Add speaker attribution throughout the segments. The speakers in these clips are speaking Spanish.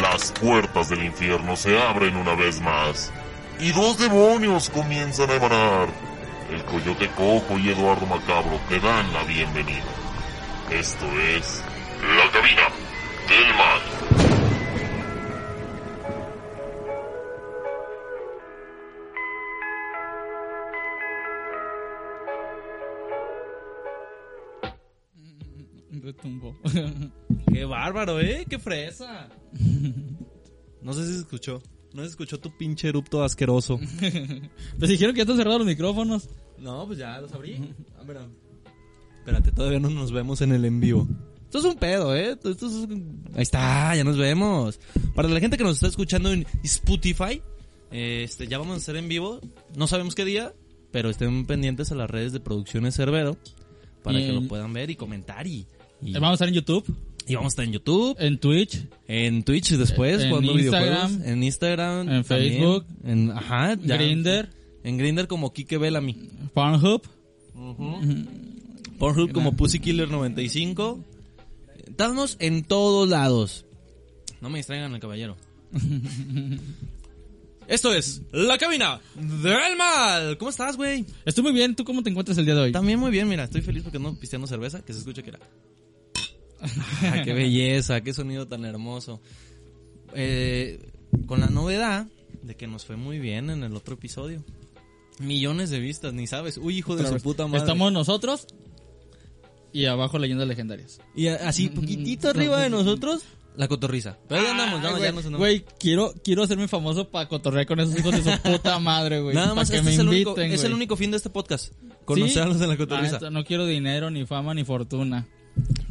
Speaker 1: Las puertas del infierno se abren una vez más y dos demonios comienzan a emanar. El Coyote Coco y Eduardo Macabro te dan la bienvenida. Esto es La Cabina del Mal.
Speaker 2: Retumbó.
Speaker 3: Qué bárbaro, ¿eh? Qué fresa. No sé si se escuchó. No se escuchó tu pinche erupto asqueroso.
Speaker 2: Pues dijeron que ya están cerrados los micrófonos.
Speaker 3: No, pues ya los abrí. Ah, pero- Espérate, todavía no nos vemos en el en vivo. Esto es un pedo, ¿eh? Esto es un- Ahí está, ya nos vemos. Para la gente que nos está escuchando en Spotify, eh, este, ya vamos a ser en vivo. No sabemos qué día, pero estén pendientes a las redes de producciones Cerbero para
Speaker 2: Y
Speaker 3: que
Speaker 2: en-
Speaker 3: lo puedan ver y comentar. Y, y-
Speaker 2: Eh, Vamos a estar en YouTube,
Speaker 3: y vamos a estar en YouTube.
Speaker 2: en Twitch.
Speaker 3: En Twitch después,
Speaker 2: En
Speaker 3: jugando
Speaker 2: Instagram.
Speaker 3: videojuegos. En Instagram.
Speaker 2: En
Speaker 3: también,
Speaker 2: Facebook.
Speaker 3: En, ajá, ya.
Speaker 2: Grindr.
Speaker 3: En Grinder como Kike Bellamy.
Speaker 2: Pornhub.
Speaker 3: Pornhub como Pussy Killer 95. Estamos en todos lados. No me distraigan el caballero. Esto es La Cabina del Mal. ¿Cómo estás, güey?
Speaker 2: Estoy muy bien. ¿Tú cómo te encuentras el día de hoy?
Speaker 3: También muy bien, mira, estoy feliz porque ando pisteando cerveza, que se escucha que era. Ah, qué belleza, qué sonido tan hermoso. Eh, con la novedad de que nos fue muy bien en el otro episodio. Millones de vistas, ni sabes. Uy, hijo de
Speaker 2: Otra
Speaker 3: su
Speaker 2: vez.
Speaker 3: puta madre.
Speaker 2: Estamos nosotros y abajo leyendas legendarias.
Speaker 3: Y a- así, poquitito arriba de nosotros, la cotorriza. Pero ya andamos,
Speaker 2: Ah,
Speaker 3: vamos, ya
Speaker 2: güey,
Speaker 3: nos andamos.
Speaker 2: Güey, quiero, quiero hacerme famoso para cotorrear con esos hijos de su puta madre, güey.
Speaker 3: Nada
Speaker 2: Pa'
Speaker 3: más,
Speaker 2: que
Speaker 3: este
Speaker 2: me
Speaker 3: es, el único,
Speaker 2: inviten,
Speaker 3: es el
Speaker 2: güey.
Speaker 3: único fin de este podcast.
Speaker 2: Sí, Ah,
Speaker 3: Conocer a los de la
Speaker 2: la
Speaker 3: cotorriza.
Speaker 2: neta, no quiero dinero, ni fama, ni fortuna.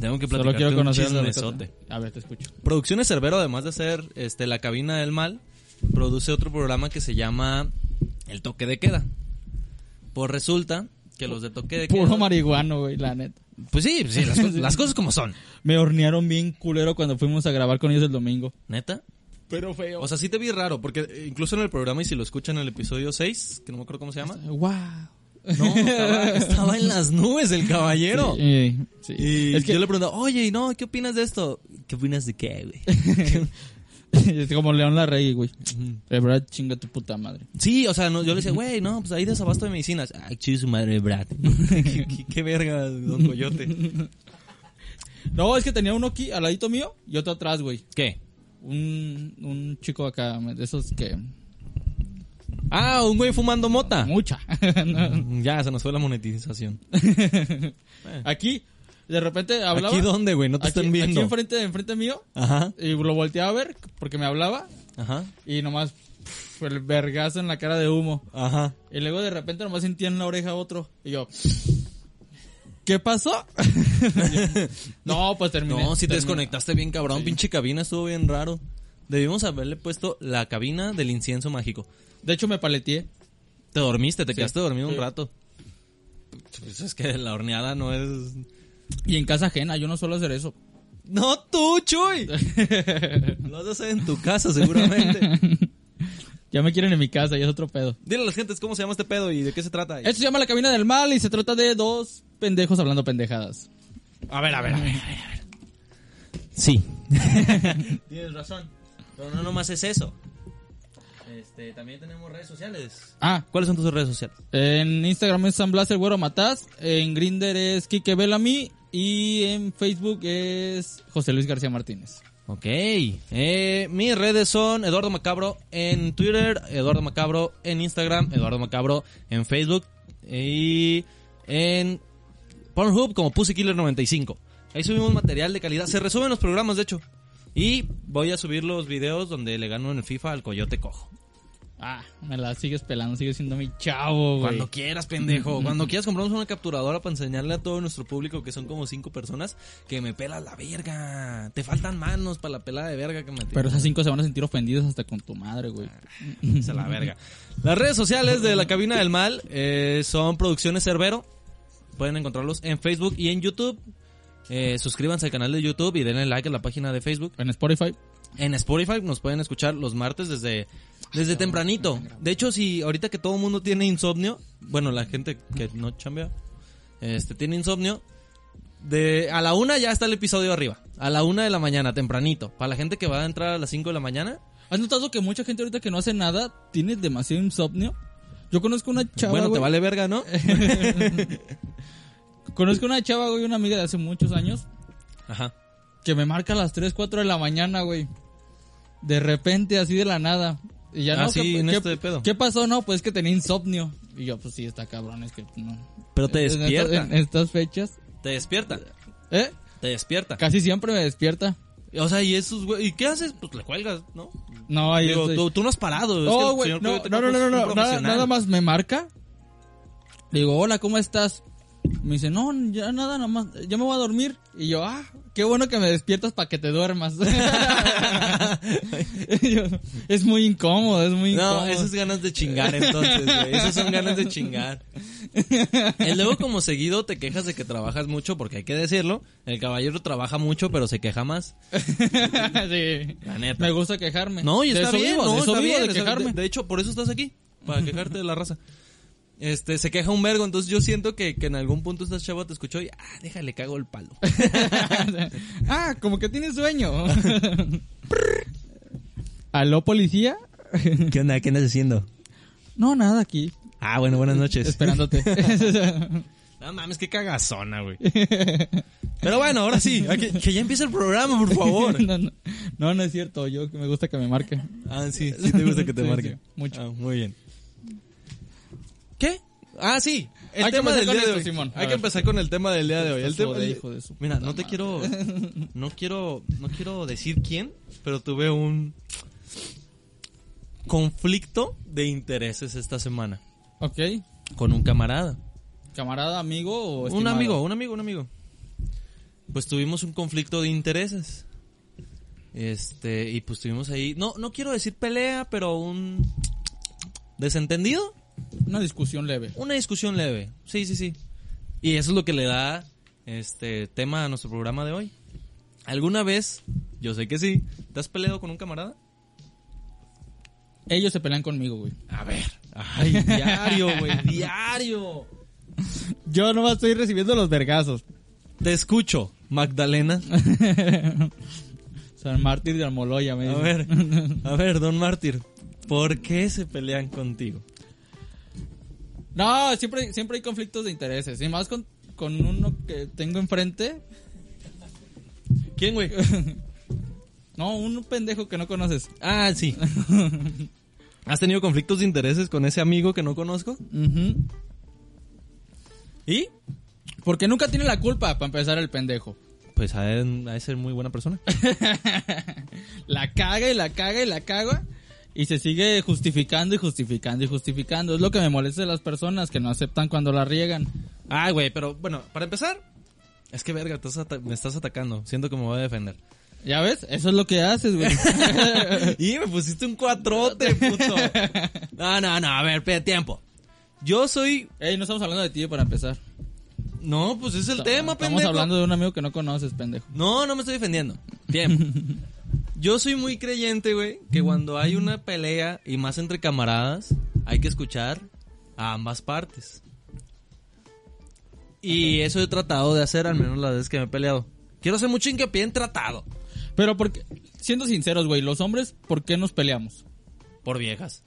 Speaker 3: Tengo que
Speaker 2: Solo quiero
Speaker 3: platicarte un
Speaker 2: conocer a los de la
Speaker 3: chismesote.
Speaker 2: cotorriza. A ver, te escucho.
Speaker 3: Producciones Cerbero, además de hacer este, La Cabina del Mal, produce otro programa que se llama El Toque de Queda. Pues resulta que los de Toque de
Speaker 2: Puro
Speaker 3: Queda...
Speaker 2: marihuano, güey, la neta.
Speaker 3: Pues sí, sí, las, co- las cosas como son.
Speaker 2: Me hornearon bien culero cuando fuimos a grabar con ellos el domingo.
Speaker 3: ¿Neta?
Speaker 2: Pero feo.
Speaker 3: O sea, sí te vi raro, porque eh, incluso en el programa, y si lo escuchan en el episodio 6, que no me acuerdo cómo se llama...
Speaker 2: wow.
Speaker 3: No, estaba, estaba en las nubes el caballero.
Speaker 2: Sí, eh, sí.
Speaker 3: Y
Speaker 2: es que
Speaker 3: yo le preguntaba, oye, y no, ¿qué opinas de esto? ¿Qué opinas de qué, güey?
Speaker 2: es como León Larrey, güey. De verdad, chinga tu puta madre.
Speaker 3: Sí, o sea, no, yo le decía, güey, no, pues ahí desabasto de medicinas. Ay, chido su madre, Brad. ¿Qué, qué- qué verga, don Coyote.
Speaker 2: No, es que tenía uno aquí al ladito mío y otro atrás, güey.
Speaker 3: ¿Qué?
Speaker 2: Un, un chico acá, de esos que.
Speaker 3: Ah, un güey fumando mota. Mm,
Speaker 2: Mucha. No.
Speaker 3: Ya, se nos fue la monetización.
Speaker 2: Aquí, de repente hablaba.
Speaker 3: Eh. ¿Aquí dónde, güey? No te
Speaker 2: Aquí,
Speaker 3: están viendo.
Speaker 2: aquí enfrente, enfrente mío.
Speaker 3: Ajá,
Speaker 2: Y lo volteaba a ver porque me hablaba.
Speaker 3: ajá,
Speaker 2: Y nomás. pff, el vergazo en la cara de humo.
Speaker 3: ajá.
Speaker 2: Y luego de repente nomás sentía en la oreja otro. Y yo, ¿qué pasó? no, pues terminé.
Speaker 3: No, si te
Speaker 2: terminé.
Speaker 3: desconectaste bien, cabrón. Pinche cabina estuvo bien raro. Debimos haberle puesto la cabina del incienso mágico.
Speaker 2: De hecho, me paleteé.
Speaker 3: Te dormiste, te
Speaker 2: Sí.
Speaker 3: quedaste dormido
Speaker 2: Sí.
Speaker 3: un rato. Pues es que la horneada no es...
Speaker 2: Y en casa ajena, yo no suelo hacer eso.
Speaker 3: No tú, Chuy. Lo vas a hacer en tu casa seguramente.
Speaker 2: Ya me quieren en mi casa y es otro pedo.
Speaker 3: Dile a las gentes cómo se llama este pedo y de qué se trata.
Speaker 2: Esto se llama La Cabina del Mal y se trata de dos pendejos hablando pendejadas.
Speaker 3: A ver, a ver, a ver, Sí. Tienes razón. Pero no nomás es eso. Este, también tenemos redes sociales.
Speaker 2: Ah,
Speaker 3: ¿Cuáles son tus redes sociales?
Speaker 2: en Instagram es San Blas el Güero Matás. En Grinder es Kike Bellamy. Y en Facebook es José Luis García Martínez.
Speaker 3: Ok. Eh, mis redes son Eduardo Macabro en Twitter, Eduardo Macabro en Instagram, Eduardo Macabro en Facebook y en Pornhub como Pussy Killer 95. Ahí subimos material de calidad. Se resumen los programas, de hecho. Y voy a subir los videos donde le gano en el FIFA al Coyote Cojo.
Speaker 2: Ah, me la sigues pelando, sigues siendo mi chavo, güey.
Speaker 3: Cuando quieras, pendejo. Cuando quieras compramos una capturadora para enseñarle a todo nuestro público, que son como cinco personas, que me pelas la verga. Te faltan manos para la pelada de verga que me
Speaker 2: Pero esas cinco se van a sentir ofendidos hasta con tu madre, güey.
Speaker 3: Se la verga. Las redes sociales de la cabina del mal eh, son Producciones Cerbero. Pueden encontrarlos en Facebook y en YouTube. Eh, suscríbanse al canal de YouTube y denle like a la página de Facebook.
Speaker 2: En Spotify.
Speaker 3: En Spotify nos pueden escuchar los martes desde, desde tempranito. De hecho, si ahorita que todo el mundo tiene insomnio, bueno, la gente que no chambea, este, tiene insomnio, de, a la una ya está el episodio arriba. A la una de la mañana, tempranito. Para la gente que va a entrar a las cinco de la mañana,
Speaker 2: ¿Has notado que mucha gente ahorita que no hace nada tiene demasiado insomnio? Yo conozco una chava.
Speaker 3: bueno, te
Speaker 2: güey.
Speaker 3: vale verga, ¿no?
Speaker 2: Conozco una chava, güey, una amiga de hace muchos años,
Speaker 3: Ajá.
Speaker 2: que me marca a las 3, 4 de la mañana, güey. De repente, así de la nada. Y ya
Speaker 3: Ah,
Speaker 2: no,
Speaker 3: sí,
Speaker 2: ¿qué,
Speaker 3: en
Speaker 2: qué-
Speaker 3: este pedo.
Speaker 2: ¿Qué pasó? No, pues que tenía insomnio. Y yo, pues sí, está cabrón, es que no.
Speaker 3: Pero te
Speaker 2: En esta-
Speaker 3: despierta.
Speaker 2: En, estas fechas.
Speaker 3: Te despierta.
Speaker 2: ¿Eh?
Speaker 3: Te despierta.
Speaker 2: Casi siempre me despierta.
Speaker 3: O sea, y esos, güey. ¿Y qué haces? Pues le cuelgas, ¿no?
Speaker 2: No, ahí
Speaker 3: Digo,
Speaker 2: estoy.
Speaker 3: tú, tú no has parado. es que
Speaker 2: Oh,
Speaker 3: el
Speaker 2: güey,
Speaker 3: señor
Speaker 2: no, no,
Speaker 3: Coyote
Speaker 2: no,
Speaker 3: Campos
Speaker 2: no,
Speaker 3: es un
Speaker 2: no, nada,
Speaker 3: profesional.
Speaker 2: nada más me marca. Le digo, hola, ¿cómo estás? Me dice, no, ya nada, nada más, ya me voy a dormir. Y yo, ah, qué bueno que me despiertas para que te duermas. Y yo, es muy incómodo, es muy incómodo.
Speaker 3: No, esas ganas de chingar entonces, güey. Esas son ganas de chingar. Y luego como seguido te quejas de que trabajas mucho, porque hay que decirlo, el caballero trabaja mucho pero se queja más.
Speaker 2: Sí.
Speaker 3: La neta.
Speaker 2: Me gusta quejarme.
Speaker 3: No, y
Speaker 2: De
Speaker 3: está
Speaker 2: eso
Speaker 3: bien,
Speaker 2: vivo,
Speaker 3: no,
Speaker 2: de eso
Speaker 3: está
Speaker 2: vivo,
Speaker 3: bien,
Speaker 2: de
Speaker 3: está-
Speaker 2: quejarme.
Speaker 3: de hecho, por eso estás aquí, para quejarte de la raza. Este, se queja un vergo, entonces yo siento que, que en algún punto esta chava te escuchó y, ah, déjale, cago el palo.
Speaker 2: ah, como que tienes sueño. ¿Aló, policía?
Speaker 3: ¿Qué onda? ¿Qué andas haciendo?
Speaker 2: No, nada aquí.
Speaker 3: Ah, bueno,
Speaker 2: Eh,
Speaker 3: buenas noches.
Speaker 2: Esperándote.
Speaker 3: No mames, qué cagazona, güey. Pero bueno, ahora sí, hay que, que ya empiece el programa, por favor.
Speaker 2: No, no, no, no es cierto. Yo que me gusta que me marque.
Speaker 3: Ah, sí, sí te gusta que te
Speaker 2: Sí,
Speaker 3: marque.
Speaker 2: sí, mucho.
Speaker 3: Ah, muy bien. ¿Qué? Ah, sí. El
Speaker 2: Hay que
Speaker 3: tema
Speaker 2: empezar
Speaker 3: del
Speaker 2: con
Speaker 3: día de
Speaker 2: esto,
Speaker 3: hoy.
Speaker 2: Simón. A
Speaker 3: Hay que
Speaker 2: ver.
Speaker 3: empezar con el tema del día de hoy. El
Speaker 2: Estás
Speaker 3: tema
Speaker 2: de
Speaker 3: del-
Speaker 2: hijo de su
Speaker 3: Mira,
Speaker 2: puta
Speaker 3: no te
Speaker 2: madre.
Speaker 3: quiero no quiero no quiero decir quién, pero tuve un conflicto de intereses esta semana
Speaker 2: Ok.
Speaker 3: con un camarada.
Speaker 2: ¿Camarada, amigo o
Speaker 3: Un
Speaker 2: estimado?
Speaker 3: amigo, un amigo, un amigo. Pues tuvimos un conflicto de intereses. Este, y pues tuvimos ahí, no, no quiero decir pelea, pero un desentendido,
Speaker 2: Una discusión leve.
Speaker 3: una discusión leve. Sí, sí, sí. Y eso es lo que le da este tema a nuestro programa de hoy. ¿Alguna vez, yo sé que sí, te has peleado con un camarada?
Speaker 2: Ellos se pelean conmigo, güey.
Speaker 3: A ver. Ay, diario, güey, diario.
Speaker 2: Yo nomás estoy recibiendo los vergazos.
Speaker 3: Te escucho, Magdalena.
Speaker 2: San Martín de Almoloya, me
Speaker 3: A
Speaker 2: dicen.
Speaker 3: ver, a ver, don Mártir, ¿por qué se pelean contigo?
Speaker 2: No, siempre, siempre hay conflictos de intereses. Y más con, con uno que tengo enfrente.
Speaker 3: ¿Quién, güey?
Speaker 2: No, un pendejo que no conoces.
Speaker 3: Ah, sí. ¿Has tenido conflictos de intereses con ese amigo que no conozco?
Speaker 2: Ujú.
Speaker 3: ¿Y?
Speaker 2: Porque nunca tiene la culpa, para empezar, el pendejo.
Speaker 3: Pues ha de, ha de ser muy buena persona.
Speaker 2: la caga y la caga y la caga y se sigue justificando y justificando y justificando. Es lo que me molesta de las personas que no aceptan cuando la riegan.
Speaker 3: Ay, güey, pero bueno, para empezar, es que verga, estás ata- me estás atacando. Siento que me voy a defender.
Speaker 2: ¿Ya ves? Eso es lo que haces, güey.
Speaker 3: y me pusiste un cuatrote, puto. No, no, no, a ver, pe- tiempo. Yo soy.
Speaker 2: Ey, no estamos hablando de ti para empezar.
Speaker 3: No, pues es el tema,
Speaker 2: Estamos
Speaker 3: pendejo.
Speaker 2: hablando de un amigo que no conoces, pendejo.
Speaker 3: No, no me estoy defendiendo. Bien. Yo soy muy creyente, güey, que cuando hay una pelea y más entre camaradas, hay que escuchar a ambas partes. Y eso he tratado de hacer, al menos las veces que me he peleado. Quiero hacer mucho hincapié en tratado.
Speaker 2: Pero porque, siendo sinceros, güey, los hombres, ¿por qué nos peleamos?
Speaker 3: Por viejas.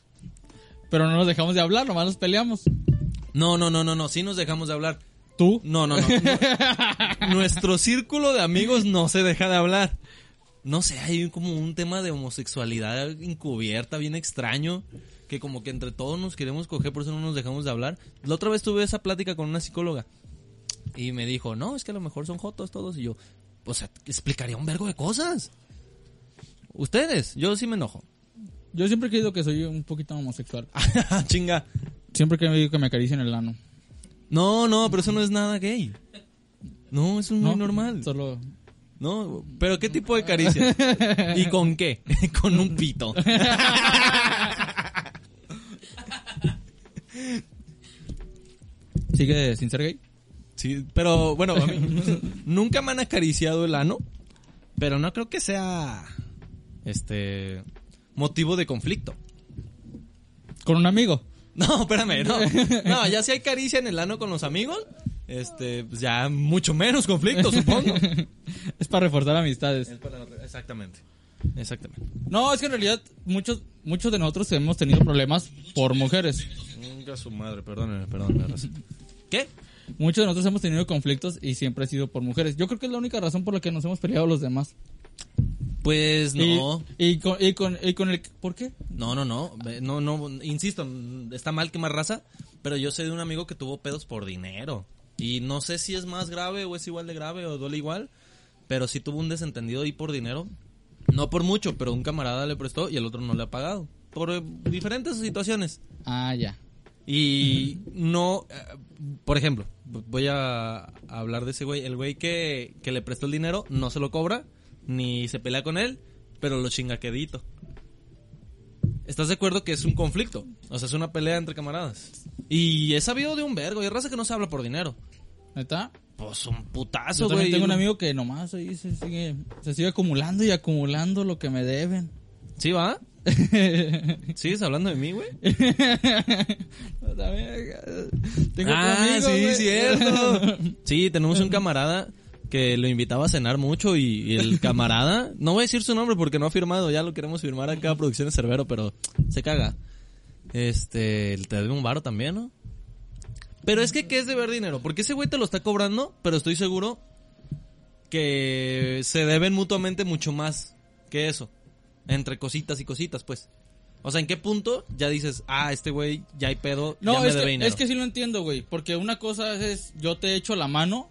Speaker 2: Pero no nos dejamos de hablar, nomás nos peleamos.
Speaker 3: No, no, no, no, no. Sí nos dejamos de hablar.
Speaker 2: Tú,
Speaker 3: No, no, no. No. Nuestro círculo de amigos no se deja de hablar. No sé, hay como un tema de homosexualidad encubierta, bien extraño, que como que entre todos nos queremos coger, por eso no nos dejamos de hablar. La otra vez tuve esa plática con una psicóloga y me dijo, no, es que a lo mejor son jotos todos y yo, pues explicaría un vergo de cosas. Ustedes, yo sí me enojo.
Speaker 2: Yo siempre he creído que soy un poquito homosexual.
Speaker 3: Ah, Chinga.
Speaker 2: Siempre he creído que me acarician el ano.
Speaker 3: No, no, pero eso no es nada gay. No, eso no, es normal.
Speaker 2: Solo.
Speaker 3: No, pero ¿qué tipo de caricias? ¿Y con qué? con un pito.
Speaker 2: ¿Sigue sin ser gay?
Speaker 3: Sí, pero bueno, a mí nunca me han acariciado el ano, pero no creo que sea este motivo de conflicto.
Speaker 2: ¿Con un amigo?
Speaker 3: No, espérame, no. No, ya si hay caricia en el ano con los amigos, este, pues ya mucho menos conflicto, supongo.
Speaker 2: Es para reforzar amistades.
Speaker 3: Exactamente. Exactamente.
Speaker 2: No, es que en realidad muchos, muchos de nosotros hemos tenido problemas por mujeres.
Speaker 3: Nunca su madre, perdónenme, perdónenme. raza. ¿Qué?
Speaker 2: Muchos de nosotros hemos tenido conflictos y siempre ha sido por mujeres. Yo creo que es la única razón por la que nos hemos peleado los demás.
Speaker 3: Pues
Speaker 2: Y-
Speaker 3: no.
Speaker 2: Y, con, y, con, y con el... ¿Por qué?
Speaker 3: No, no, no. Ve- No, no. Insisto, mm, está mal quemar raza, pero yo sé de un amigo que tuvo pedos por dinero. Y no sé si es más grave o es igual de grave o duele igual, pero sí tuvo un desentendido ahí por dinero. No por mucho, pero un camarada le prestó y el otro no le ha pagado. Por eh, diferentes situaciones.
Speaker 2: Ah, ya.
Speaker 3: Y no, eh, por ejemplo, voy a a hablar de ese güey. El güey que, que le prestó el dinero no se lo cobra, ni se pelea con él, pero lo chinga quedito. ¿Estás de acuerdo que es un conflicto? O sea, es una pelea entre camaradas. Y es sabido de un vergo, y hay raza que no se habla por dinero.
Speaker 2: ¿Neta?
Speaker 3: Pues un
Speaker 2: Yo
Speaker 3: putazo,
Speaker 2: también
Speaker 3: güey.
Speaker 2: tengo un amigo que nomás ahí se sigue, se sigue acumulando y acumulando lo que me deben.
Speaker 3: ¿Sí va? ¿Sigues hablando de mí, güey?
Speaker 2: Tengo
Speaker 3: ah,
Speaker 2: otro amigo,
Speaker 3: sí,
Speaker 2: güey.
Speaker 3: cierto. Sí, tenemos un camarada que lo invitaba a cenar mucho y, y el camarada, no voy a decir su nombre porque no ha firmado, ya lo queremos firmar acá a Producciones Cerbero, pero se caga. Este, te debe un varo también, ¿no? Pero es que, ¿qué es deber dinero? Porque ese güey te lo está cobrando, pero estoy seguro que se deben mutuamente mucho más que eso. Entre cositas y cositas, pues. O sea, ¿en qué punto ya dices, ah, este güey ya hay pedo, ya
Speaker 2: No,
Speaker 3: me
Speaker 2: es
Speaker 3: debe
Speaker 2: que,
Speaker 3: dinero?
Speaker 2: es que sí lo entiendo, güey. Porque una cosa es yo te echo la mano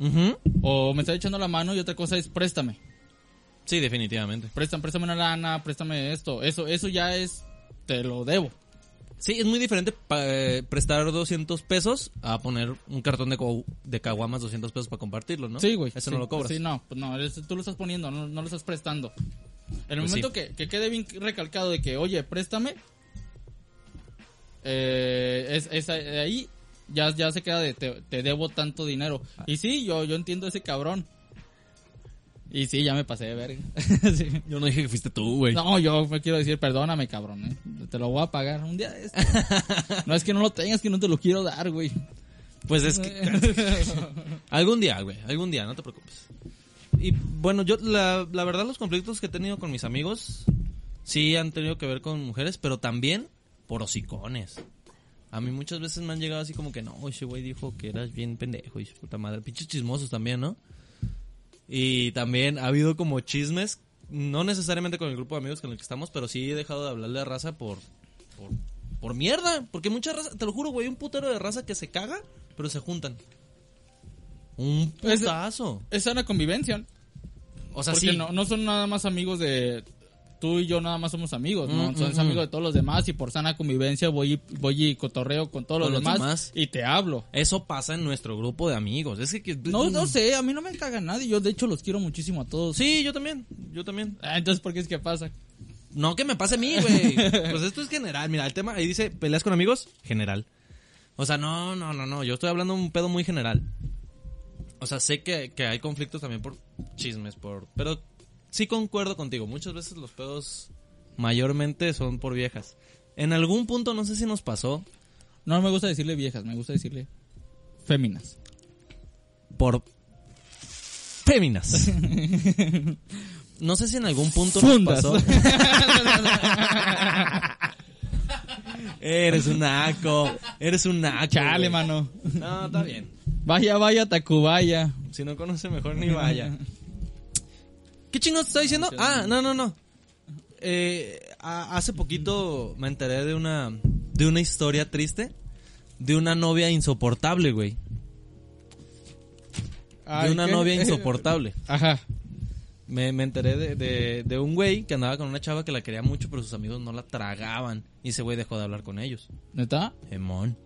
Speaker 3: Ujú.
Speaker 2: o me estás echando la mano y otra cosa es préstame.
Speaker 3: Sí, definitivamente.
Speaker 2: Préstame, préstame una lana, préstame esto. Eso, eso ya es, te lo debo.
Speaker 3: Sí, es muy diferente pa- eh, prestar 200 pesos a poner un cartón de, cau- de caguamas 200 pesos para compartirlo, ¿no?
Speaker 2: Sí, güey. Sí.
Speaker 3: Eso no lo cobras.
Speaker 2: Sí, no, pues no, es- tú lo estás poniendo, no, no lo estás prestando. En el
Speaker 3: Pues
Speaker 2: momento
Speaker 3: sí.
Speaker 2: que, que quede bien recalcado de que, oye, préstame, eh, es, es ahí- ahí ya, ya se queda de te, te debo tanto dinero.
Speaker 3: Ah.
Speaker 2: Y sí, yo, yo entiendo a ese cabrón. Y sí, ya me pasé de verga. Sí.
Speaker 3: Yo no dije que fuiste tú, güey.
Speaker 2: No, yo me quiero decir, perdóname, cabrón, eh. te lo voy a pagar un día de esto. No es que no lo tengas, que no te lo quiero dar, güey.
Speaker 3: Pues es que... algún día, güey. Algún día, no te preocupes. Y bueno, yo la, la verdad los conflictos que he tenido con mis amigos sí han tenido que ver con mujeres, pero también por hocicones. A mí muchas veces me han llegado así como que no, ese güey dijo que eras bien pendejo y su puta madre. Pinches chismosos también, ¿no? Y también ha habido como chismes, no necesariamente con el grupo de amigos con el que estamos, pero sí he dejado de hablarle a raza por, por, por mierda. Porque mucha raza, te lo juro, güey, un putero de raza que se caga, pero se juntan. Un
Speaker 2: Pues,
Speaker 3: putazo.
Speaker 2: Esa era convivencia.
Speaker 3: O sea,
Speaker 2: Porque
Speaker 3: sí.
Speaker 2: no, no son nada más amigos de... Tú y yo nada más somos amigos, ¿no?
Speaker 3: Mm,
Speaker 2: son
Speaker 3: mm,
Speaker 2: amigos de todos los demás y por sana convivencia voy y, voy y cotorreo con todos
Speaker 3: Con
Speaker 2: los
Speaker 3: los
Speaker 2: demás,
Speaker 3: demás.
Speaker 2: y te hablo.
Speaker 3: Eso pasa en nuestro grupo de amigos. Es que, que- Mm.
Speaker 2: No, no sé, a mí no me caga nadie. Yo, de hecho, los quiero muchísimo a todos.
Speaker 3: Sí, yo también. Yo también.
Speaker 2: Ah, entonces, ¿por qué es que pasa?
Speaker 3: No que me pase a mí, güey. pues esto es general. Mira, el tema ahí dice, ¿peleas con amigos? General. O sea, no, no, no, no. Yo estoy hablando de un pedo muy general. O sea, sé que, que hay conflictos también por chismes, por... Pero sí concuerdo contigo. Muchas veces los pedos mayormente son por viejas. En algún punto, no sé si nos pasó,
Speaker 2: No me gusta decirle viejas, me gusta decirle féminas.
Speaker 3: por féminas. No sé si en algún punto
Speaker 2: Fundas.
Speaker 3: nos pasó. eres un naco, eres un naco.
Speaker 2: Chale,
Speaker 3: güey.
Speaker 2: mano.
Speaker 3: No, está bien.
Speaker 2: Vaya, vaya, Tacubaya.
Speaker 3: Si no conoce mejor ni vaya. ¿Qué chingo te está diciendo? Ah, no, no, no. Eh, a- hace poquito me enteré de una de una historia triste de una novia insoportable, güey. De
Speaker 2: Ay,
Speaker 3: una
Speaker 2: ¿qué?
Speaker 3: novia insoportable.
Speaker 2: Ajá.
Speaker 3: me, me enteré de, de, de un güey que andaba con una chava que la quería mucho, pero sus amigos no la tragaban. Y ese güey dejó de hablar con ellos.
Speaker 2: ¿Neta?
Speaker 3: Emón.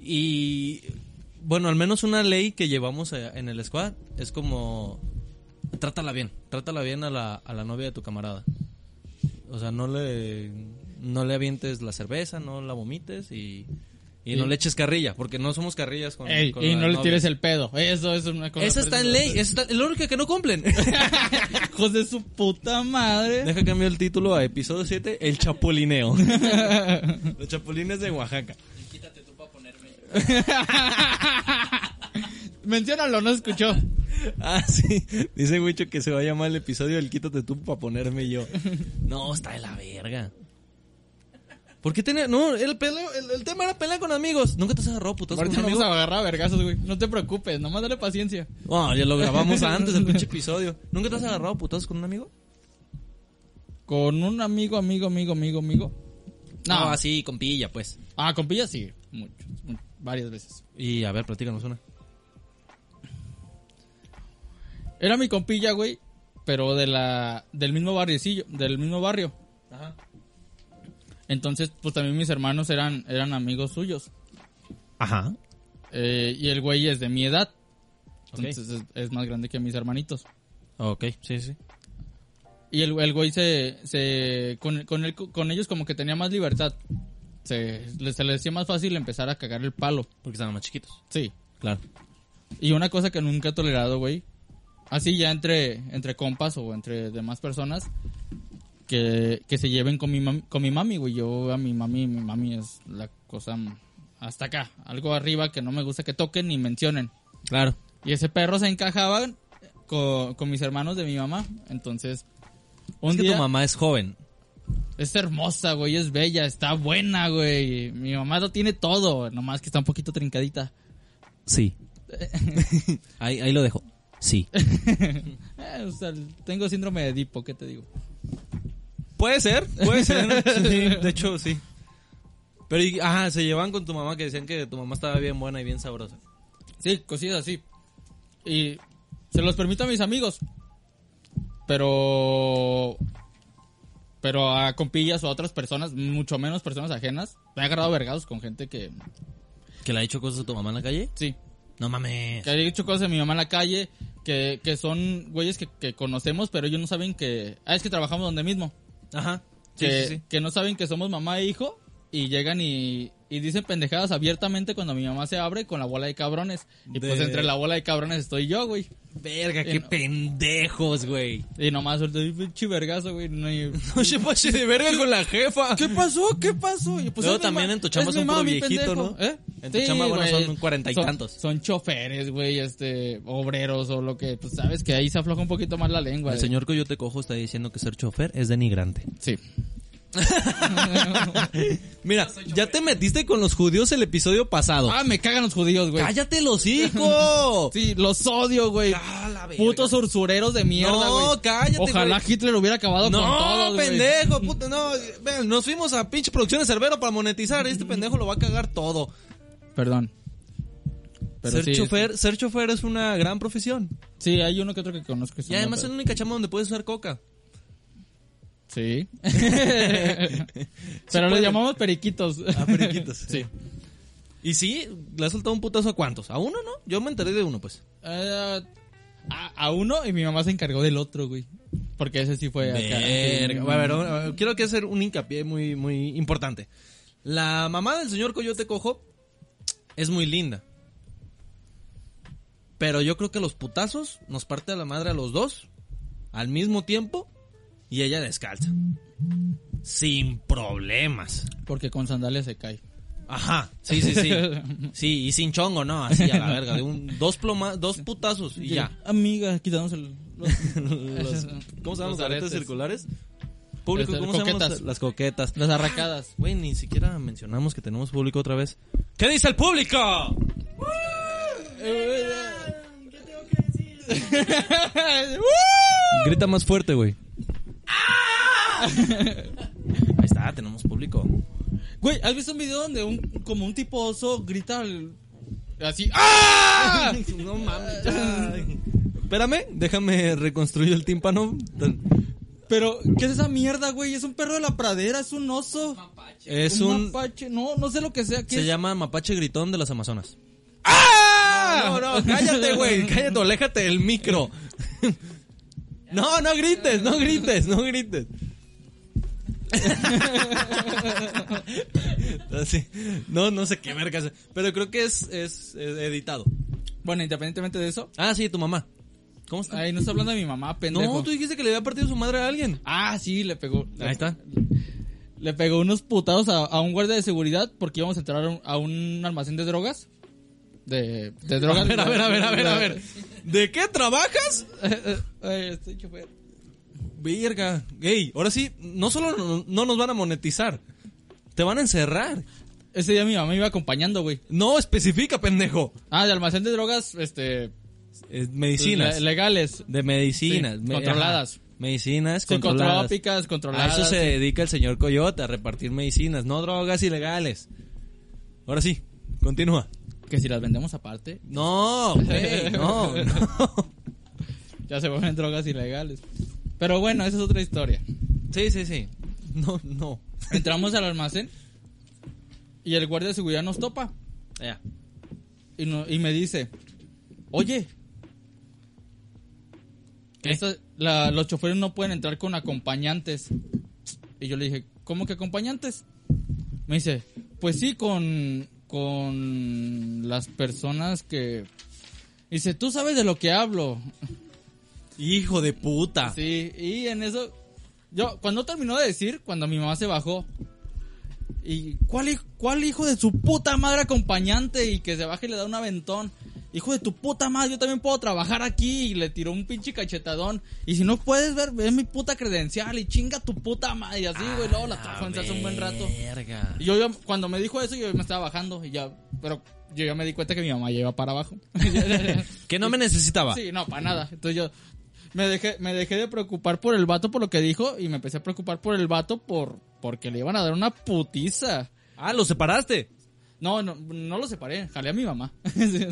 Speaker 3: Y bueno, al menos una ley que llevamos eh, en el squad es como trátala bien, trátala bien a la, a la novia de tu camarada. O sea, no le no le avientes la cerveza, no la vomites y, y
Speaker 2: Y-
Speaker 3: no le eches carrilla, porque no somos carrillas con,
Speaker 2: Ey,
Speaker 3: con
Speaker 2: y
Speaker 3: las
Speaker 2: no le
Speaker 3: novias.
Speaker 2: tires el pedo. Eso, eso es una cosa.
Speaker 3: Esa está en ley, esa está, es la única que no cumplen.
Speaker 2: Hijos de su puta madre.
Speaker 3: Deja cambiar el título a episodio 7, el chapulineo. Los chapulines de Oaxaca.
Speaker 2: Menciónalo, no escuchó.
Speaker 3: Ah, sí. Dice Wicho que se va a llamar el episodio El quítate tú para ponerme yo. No, está de la verga. ¿Por qué tenía.? No, el, peleo- el, el tema era pelea con amigos. Nunca te has agarrado putas con un
Speaker 2: Ahorita nos
Speaker 3: amigo.
Speaker 2: vamos a agarrar a vergazos, güey. No te preocupes, nomás dale paciencia.
Speaker 3: No, ya lo grabamos antes, el pinche episodio. ¿Nunca te has agarrado putas con un amigo?
Speaker 2: Con un amigo, amigo, amigo, amigo, amigo. No,
Speaker 3: No, así, con pilla, pues.
Speaker 2: Ah, con pillas sí. Muchos, muchos, varias veces.
Speaker 3: Y a ver, platícanos una.
Speaker 2: Era mi compilla, güey, pero de la del mismo barriecillo, del mismo barrio.
Speaker 3: Ajá.
Speaker 2: Entonces, pues también mis hermanos eran eran amigos suyos.
Speaker 3: Ajá.
Speaker 2: Eh, y el güey es de mi edad.
Speaker 3: Ok.
Speaker 2: Entonces es, es más grande que mis hermanitos.
Speaker 3: Ok, sí, sí.
Speaker 2: Y el, el güey se, se con, con, el- con ellos como que tenía más libertad. Se, le- se le decía más fácil empezar a cagar el palo.
Speaker 3: Porque estaban más chiquitos.
Speaker 2: Sí.
Speaker 3: Claro.
Speaker 2: Y una cosa que nunca he tolerado, güey. Así ya entre, entre compas o entre demás personas que, que se lleven con mi, mam- con mi mami, güey. Yo a mi mami, mi mami es la cosa m- hasta acá. Algo arriba que no me gusta que toquen ni mencionen.
Speaker 3: Claro.
Speaker 2: Y ese perro se encajaba con, con mis hermanos de mi mamá. Entonces, un
Speaker 3: Es que
Speaker 2: día...
Speaker 3: tu mamá es joven.
Speaker 2: Es hermosa, güey, es bella, está buena, güey. Mi mamá lo tiene todo, nomás que está un poquito trincadita.
Speaker 3: Sí. ahí, ahí lo dejo. Sí.
Speaker 2: Eh, o sea, tengo síndrome de Edipo, ¿qué te digo?
Speaker 3: Puede ser, puede ser. Sí, de hecho, sí. Pero, y- ajá, se llevaban con tu mamá que decían que tu mamá estaba bien buena y bien sabrosa.
Speaker 2: Sí, cosillas así. Y se los permito a mis amigos. Pero... Pero a compillas o a otras personas, mucho menos personas ajenas, me he agarrado vergados con gente que...
Speaker 3: ¿Que le ha dicho cosas a tu mamá en la calle?
Speaker 2: Sí,
Speaker 3: No mames.
Speaker 2: que ha hecho cosas de mi mamá en la calle, que, que son güeyes que, que conocemos, pero ellos no saben que... Ah, es que trabajamos donde mismo.
Speaker 3: Ajá. Sí,
Speaker 2: que,
Speaker 3: sí, sí.
Speaker 2: que no saben que somos mamá e hijo y llegan y, y dicen pendejadas abiertamente cuando mi mamá se abre con la bola de cabrones. Y pues
Speaker 3: De-
Speaker 2: entre la bola de cabrones estoy yo, güey.
Speaker 3: Verga,
Speaker 2: qué
Speaker 3: qué pendejos, güey.
Speaker 2: Y nomás suelto "Ay, pinche vergazo, güey. no hay-
Speaker 3: No se pase pues, de verga con la jefa.
Speaker 2: ¿Qué pasó? ¿Qué pasó? Y pues
Speaker 3: Luego
Speaker 2: es mi ma-
Speaker 3: también en tu chamba
Speaker 2: es mi
Speaker 3: son puro
Speaker 2: mami,
Speaker 3: viejito,
Speaker 2: pendejo.
Speaker 3: ¿no?
Speaker 2: ¿Eh?
Speaker 3: En tu chamba, bueno,
Speaker 2: güey,
Speaker 3: son cuarenta y
Speaker 2: son-
Speaker 3: tantos.
Speaker 2: Son choferes, güey, este, obreros o lo que, pues sabes que ahí se afloja un poquito más la lengua.
Speaker 3: El
Speaker 2: eh.
Speaker 3: señor que yo te cojo está diciendo que ser chofer es denigrante.
Speaker 2: Sí.
Speaker 3: Mira, ya te metiste con los judíos el episodio pasado.
Speaker 2: Ah, me cagan los judíos, güey.
Speaker 3: ¡Cállate el hocico!
Speaker 2: Sí, los odio, güey.
Speaker 3: Ah, la verga.
Speaker 2: Putos ursureros de mierda, güey.
Speaker 3: No, cállate,
Speaker 2: Ojalá Hitler hubiera acabado
Speaker 3: No,
Speaker 2: con todos, güey.
Speaker 3: pendejo, puta, no. Vean, nos fuimos a pinche producciones Cerbero para monetizar. Este pendejo lo va a cagar todo.
Speaker 2: Perdón. Pero
Speaker 3: ser,
Speaker 2: sí,
Speaker 3: chofer, ser chofer es una gran profesión.
Speaker 2: Sí, hay uno que otro que conozco. que
Speaker 3: Y
Speaker 2: son
Speaker 3: además
Speaker 2: más-
Speaker 3: es la única chamba donde puedes usar coca.
Speaker 2: Sí. Pero los
Speaker 3: puede.
Speaker 2: llamamos periquitos.
Speaker 3: A periquitos.
Speaker 2: sí.
Speaker 3: Y sí, le ha soltado un putazo a cuántos. ¿A uno, no? Yo me enteré de uno, pues.
Speaker 2: Eh, a, a uno y mi mamá se encargó del otro, güey. Porque ese sí fue acá.
Speaker 3: Verga. A ver, a ver, quiero que hacer un hincapié muy, muy importante. La mamá del señor Coyote Cojo es muy linda. Pero yo creo que los putazos nos parte a la madre a los dos al mismo tiempo y ella descalza. Sin problemas.
Speaker 2: Porque con sandalias se cae.
Speaker 3: Ajá, sí, sí, sí. Sí, y sin chongo, no, así a la verga. De un, dos, ploma, dos putazos y ya.
Speaker 2: Amiga, quitamos el. los-
Speaker 3: Los- ¿Cómo se llaman los
Speaker 2: Los
Speaker 3: aretes
Speaker 2: aretes.
Speaker 3: circulares? Público,
Speaker 2: Este,
Speaker 3: ¿cómo se llaman
Speaker 2: coquetas.
Speaker 3: los- las coquetas?
Speaker 2: las arracadas.
Speaker 3: Güey, ni siquiera mencionamos que tenemos público otra vez. ¿Qué dice el público? uh. Grita más fuerte, güey. Ahí está, tenemos público.
Speaker 2: Güey, ¿has visto un video donde un, como un tipo oso grita al- así? ¡Ah!
Speaker 3: No mames, ya. Espérame, déjame reconstruir el tímpano.
Speaker 2: Pero, ¿qué es esa mierda, güey? Es un perro de la pradera, es un oso.
Speaker 3: Es un.
Speaker 2: mapache, no, no sé lo que sea. ¿qué
Speaker 3: Se
Speaker 2: es?
Speaker 3: llama mapache gritón de las Amazonas.
Speaker 2: No,
Speaker 3: ¡Ah!
Speaker 2: no,
Speaker 3: No,
Speaker 2: no.
Speaker 3: no, cállate, güey. Cállate, aléjate del micro. No, no grites, no grites, no grites. Así, No, no sé qué vergas. Pero creo que es, es, eh, editado.
Speaker 2: Bueno, independientemente de eso.
Speaker 3: Ah, sí, tu mamá. ¿Cómo está?
Speaker 2: Ay, no está hablando de mi mamá, pendejo.
Speaker 3: no, tú dijiste que le había partido su madre a alguien.
Speaker 2: Ah, sí, le pegó.
Speaker 3: Ahí está.
Speaker 2: Le pegó unos putados a, a un guardia de seguridad porque íbamos a entrar a un, a un almacén de drogas. De, de drogas.
Speaker 3: A ver, a ver, a ver, a ver, a ver. ¿De qué trabajas?
Speaker 2: Ay, estoy chofer.
Speaker 3: Verga, gay. Ahora sí, no solo no, no nos van a monetizar, te van a encerrar.
Speaker 2: Ese día mi mamá me iba acompañando, güey.
Speaker 3: No especifica, pendejo.
Speaker 2: Ah, de almacén de drogas, este.
Speaker 3: Eh, medicinas.
Speaker 2: le- legales.
Speaker 3: de medicinas.
Speaker 2: Sí,
Speaker 3: Me-
Speaker 2: controladas.
Speaker 3: ajá. Medicinas controladas.
Speaker 2: Psicotrópicas,
Speaker 3: A
Speaker 2: controladas.
Speaker 3: eso se
Speaker 2: sí.
Speaker 3: dedica el señor Coyote, a repartir medicinas, no drogas ilegales. Ahora sí, continúa.
Speaker 2: Que si las vendemos aparte,
Speaker 3: No, güey, no, no.
Speaker 2: ya se vuelven drogas ilegales. Pero bueno, esa es otra historia.
Speaker 3: Sí, sí, sí. No, no.
Speaker 2: Entramos al almacén y el guardia de seguridad nos topa
Speaker 3: Ya.
Speaker 2: y, no- y me dice, oye, esta- la- los choferes no pueden entrar con acompañantes. Y yo le dije, ¿cómo que acompañantes? Me dice, pues sí, con, con las personas que... Dice, tú sabes de lo que hablo.
Speaker 3: Hijo de puta.
Speaker 2: Sí, y en eso. Yo, cuando terminó de decir, cuando mi mamá se bajó. Y, ¿cuál, hij- ¿cuál hijo de su puta madre acompañante? Y que se baja y le da un aventón. Hijo de tu puta madre, yo también puedo trabajar aquí. Y le tiró un pinche cachetadón. Y si no puedes ver, ve mi puta credencial y chinga tu puta madre. Y así, güey, luego la trabajó en salsa un buen rato.
Speaker 3: Verga.
Speaker 2: Y yo, ya- cuando me dijo eso, yo me estaba bajando. Y ya, pero yo ya me di cuenta que mi mamá ya iba para abajo.
Speaker 3: Que no me necesitaba.
Speaker 2: Sí, no, para nada. Entonces yo me dejé, me dejé de preocupar por el vato por lo que dijo y me empecé a preocupar por el vato por porque le iban a dar una putiza.
Speaker 3: Ah, lo separaste.
Speaker 2: No, no, no lo separé, jalé a mi mamá.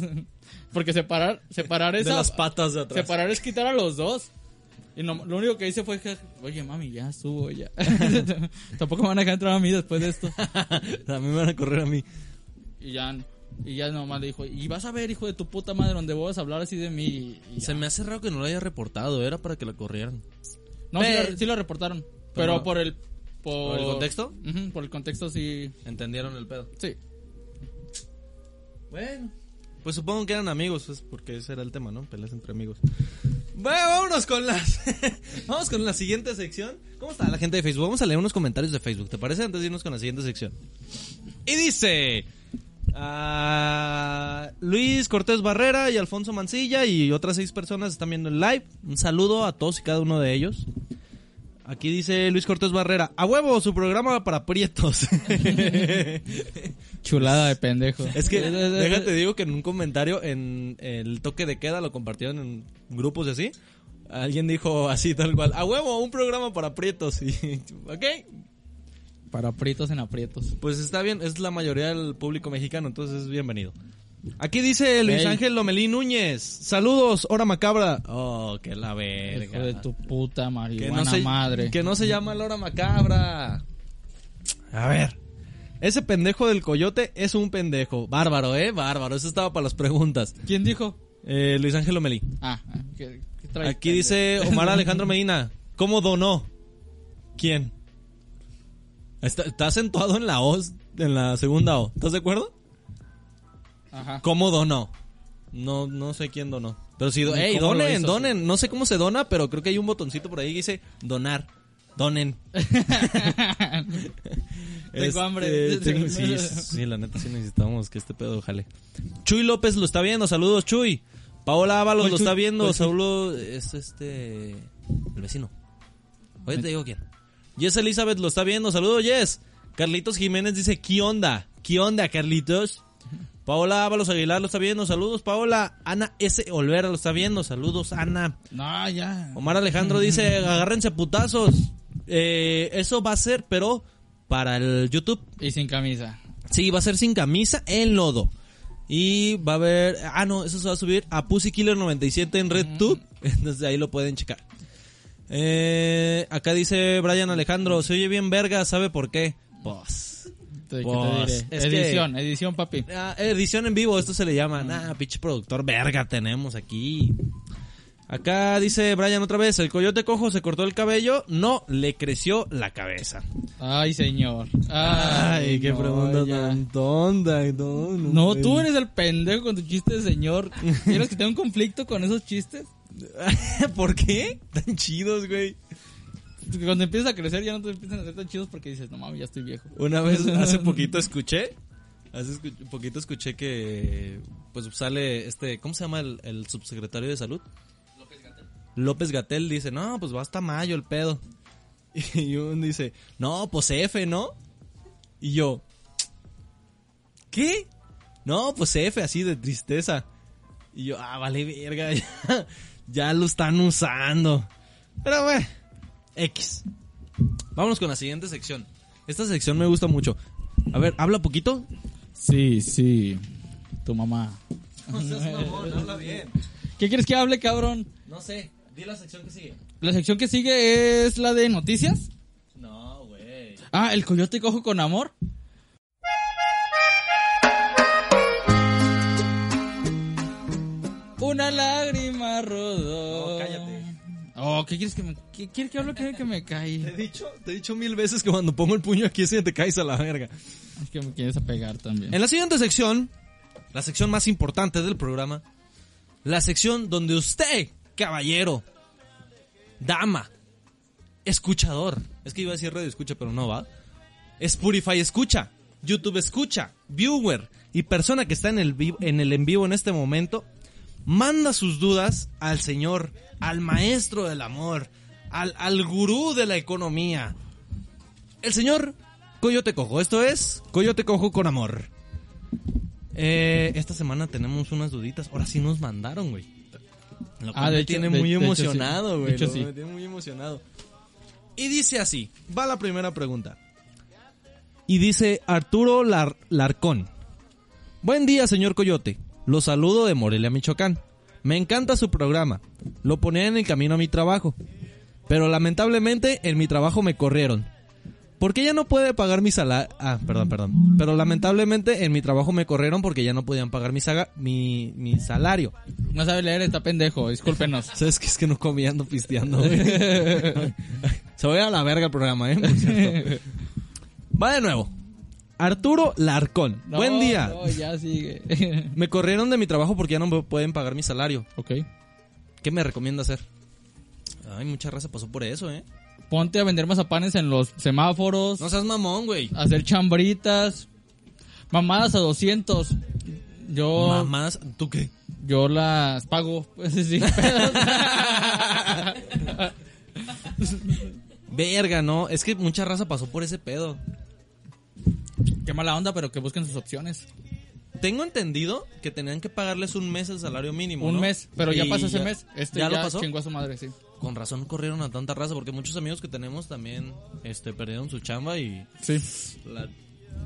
Speaker 2: porque separar, separar
Speaker 3: De
Speaker 2: esa,
Speaker 3: las patas de atrás.
Speaker 2: separar es quitar a los dos. Y no- lo único que hice fue que, oye mami, ya subo ya. Tampoco me van a dejar entrar a mí después de esto.
Speaker 3: a mí me van a correr a mí.
Speaker 2: Y ya, y ya nomás le dijo, y vas a ver, hijo de tu puta madre, donde vas a hablar así de mí. Y- y ya.
Speaker 3: Se me hace raro que no lo haya reportado, era para que la corrieran.
Speaker 2: No, sí
Speaker 3: Pero-
Speaker 2: lo, sí lo reportaron. Pero,
Speaker 3: Pero-
Speaker 2: por el. Por...
Speaker 3: Eh, pues ¿Por el contexto?
Speaker 2: Ujú, por el contexto sí.
Speaker 3: Entendieron el pedo.
Speaker 2: Sí.
Speaker 3: Bueno. Pues supongo que eran amigos, pues, porque ese era el tema, ¿no? Peleas entre amigos. Bueno, vámonos con las. Vamos con la siguiente sección. ¿Cómo está la gente de Facebook? Vamos a leer unos comentarios de Facebook, ¿te parece? Antes de irnos con la siguiente sección. Y dice. ah, Luis Cortés Barrera y Alfonso Mancilla y otras seis personas están viendo el live. Un saludo a todos y cada uno de ellos. Aquí dice Luis Cortés Barrera, a huevo su programa para prietos.
Speaker 2: Chulada de pendejo.
Speaker 3: Es que, déjate, digo que en un comentario, en el toque de queda, lo compartieron en grupos y así. Alguien dijo así, tal cual, a huevo, un programa para prietos. Y, ok,
Speaker 2: Para aprietos en aprietos.
Speaker 3: pues está bien, es la mayoría del público mexicano, entonces es bienvenido. Aquí dice Luis
Speaker 2: Ey.
Speaker 3: Ángel Lomelí Núñez, saludos, hora macabra. Oh, que la
Speaker 2: Hijo
Speaker 3: verga.
Speaker 2: de tu puta
Speaker 3: que
Speaker 2: marihuana
Speaker 3: no, se,
Speaker 2: madre.
Speaker 3: que no se llama la hora macabra. A ver. Ese pendejo del coyote es un pendejo. Bárbaro, ¿eh? Bárbaro. Eso estaba para las preguntas.
Speaker 2: ¿Quién dijo?
Speaker 3: Eh, Luis Ángel Omelí.
Speaker 2: Ah, ah, ¿qué- qué traes,
Speaker 3: Aquí
Speaker 2: pendejo?
Speaker 3: dice Omar Alejandro Medina. ¿Cómo donó? ¿Quién? Está, está acentuado en la O, en la segunda O. ¿Estás de acuerdo?
Speaker 2: Ajá.
Speaker 3: ¿Cómo donó? No, no sé quién donó. Pero si, do-
Speaker 2: Ni
Speaker 3: ¡Ey,
Speaker 2: cómo lo
Speaker 3: donen,
Speaker 2: hizo,
Speaker 3: donen! No sé cómo se dona, pero creo que hay un botoncito por ahí que dice donar. Donen.
Speaker 2: Tengo
Speaker 3: Este,
Speaker 2: hambre.
Speaker 3: tengo- sí, sí, la neta sí necesitamos que este pedo jale. Chuy López lo está viendo, saludos Chuy. Paola Ábalos
Speaker 2: ¿Cuál
Speaker 3: lo
Speaker 2: Chuy?
Speaker 3: está viendo,
Speaker 2: ¿Cuál Chuy?
Speaker 3: Saulo es este el vecino. Oye, te digo quién. Jess Elizabeth lo está viendo, saludos Jess. Carlitos Jiménez dice, ¿qué onda? ¿Qué onda, Carlitos? Paola Ábalos Aguilar lo está viendo, saludos Paola. Ana S. Olvera lo está viendo, saludos Ana.
Speaker 2: No, ya.
Speaker 3: Omar Alejandro dice, agárrense a putazos. Eh, eso va a ser, pero para el YouTube.
Speaker 2: Y sin camisa.
Speaker 3: Sí, va a ser sin camisa en lodo. Y va a haber. Ah, no, eso se va a subir a Pussy Killer 97 en RedTube. Entonces ahí lo pueden checar. Eh, acá dice Brian Alejandro: Se oye bien verga, ¿sabe por qué? Pues.
Speaker 2: Te- ¿qué te
Speaker 3: Pues,
Speaker 2: diré?
Speaker 3: es que-
Speaker 2: edición, edición, papi.
Speaker 3: Ah, edición en vivo, esto se le llama. Nah, pinche productor verga tenemos aquí. Acá dice Brian otra vez, el coyote cojo se cortó el cabello, no, le creció la cabeza.
Speaker 2: Ay, señor. Ay,
Speaker 3: Ay, qué
Speaker 2: no,
Speaker 3: pregunta
Speaker 2: ya.
Speaker 3: tan tonta. No, no,
Speaker 2: No, tú eres el pendejo con tu chiste de señor. ¿Quieres que tenga un conflicto con esos chistes?
Speaker 3: ¿Por qué? Tan chidos, güey.
Speaker 2: Que Cuando empiezas a crecer ya no te empiezan a hacer tan chidos porque dices, no mames, ya estoy viejo.
Speaker 3: Una vez, hace poquito escuché, hace escu- poquito escuché que pues sale este, ¿cómo se llama el, el subsecretario de salud? López Gatel dice, no, pues va hasta mayo el pedo. Y uno dice, no, pues F, ¿no? Y yo, ¿qué? No, pues F, así de tristeza. Y yo, ah, vale verga, ya, ya lo están usando. Pero bueno, X. Vámonos con la siguiente sección. Esta sección me gusta mucho. A ver, habla poquito.
Speaker 2: Sí, sí. Tu mamá.
Speaker 3: No seas mamón, habla bien.
Speaker 2: ¿Qué quieres que hable, cabrón?
Speaker 3: No sé, di la sección que sigue.
Speaker 2: La sección que sigue es la de noticias.
Speaker 3: No, güey.
Speaker 2: Ah, el coyote cojo con amor. Una lágrima rodó.
Speaker 3: No, cállate.
Speaker 2: Oh, ¿qué quieres que me qué quieres que hable que, que me
Speaker 3: Te he
Speaker 2: cae?
Speaker 3: dicho, te he dicho mil veces que cuando pongo el puño aquí se te caes a la verga.
Speaker 2: Es que me quieres apegar también.
Speaker 3: En la siguiente sección, la sección más importante del programa, la sección donde usted, caballero, dama, escuchador, es que iba a decir radio escucha, pero no va. Spotify escucha, YouTube escucha, viewer y persona que está en el, vi- en el en vivo en este momento, manda sus dudas al Señor, al maestro del amor, al, al gurú de la economía, el señor Coyote Cojo. Esto es Coyote Cojo con amor. Eh, esta semana tenemos unas duditas. Ahora sí nos mandaron, güey. Lo cual
Speaker 2: Ah, de
Speaker 3: me
Speaker 2: hecho-
Speaker 3: tiene
Speaker 2: de-
Speaker 3: muy
Speaker 2: de hecho sí.
Speaker 3: emocionado,
Speaker 2: De
Speaker 3: güey.
Speaker 2: hecho
Speaker 3: Lo-
Speaker 2: sí.
Speaker 3: Me tiene muy emocionado. Y dice así, va la primera pregunta. Y dice Arturo Lar- Larcón. Buen día, señor Coyote. Lo saludo de Morelia, Michoacán. Me encanta su programa. Lo ponía en el camino a mi trabajo. Pero lamentablemente en mi trabajo me corrieron. Porque ya no puede pagar mi salario. Ah, perdón, perdón. Pero lamentablemente en mi trabajo me corrieron porque ya no podían pagar mi, saga- mi, mi salario.
Speaker 2: No sabe leer, está pendejo, discúlpenos.
Speaker 3: ¿Sabes qué? Es que no comía, ando pisteando, güey. Se voy a la verga el programa, ¿eh? Por cierto. Va de nuevo. Arturo Larcón.
Speaker 2: No,
Speaker 3: Buen día.
Speaker 2: No, ya sigue.
Speaker 3: Me corrieron de mi trabajo porque ya no me pueden pagar mi salario.
Speaker 2: ok.
Speaker 3: ¿Qué me recomienda hacer? Ay, mucha raza pasó por eso, ¿eh?
Speaker 2: Ponte a vender mazapanes en los semáforos,
Speaker 3: No seas mamón, güey.
Speaker 2: hacer chambritas, mamadas a 200.
Speaker 3: Oh.
Speaker 2: Yo
Speaker 3: Mamás, ¿tú qué?
Speaker 2: yo las pago, pues sí.
Speaker 3: Verga, no. Es que mucha raza pasó por ese pedo.
Speaker 2: Qué mala onda, pero que busquen sus opciones.
Speaker 3: Tengo entendido que tenían que pagarles un mes el salario mínimo.
Speaker 2: Un
Speaker 3: ¿no?
Speaker 2: mes, pero ya
Speaker 3: Y
Speaker 2: pasó ese mes. Este ya,
Speaker 3: lo pasó.
Speaker 2: chingó a su madre, sí.
Speaker 3: Con razón corrieron a tanta raza porque muchos amigos que tenemos también este, perdieron su chamba y...
Speaker 2: Sí.
Speaker 3: la-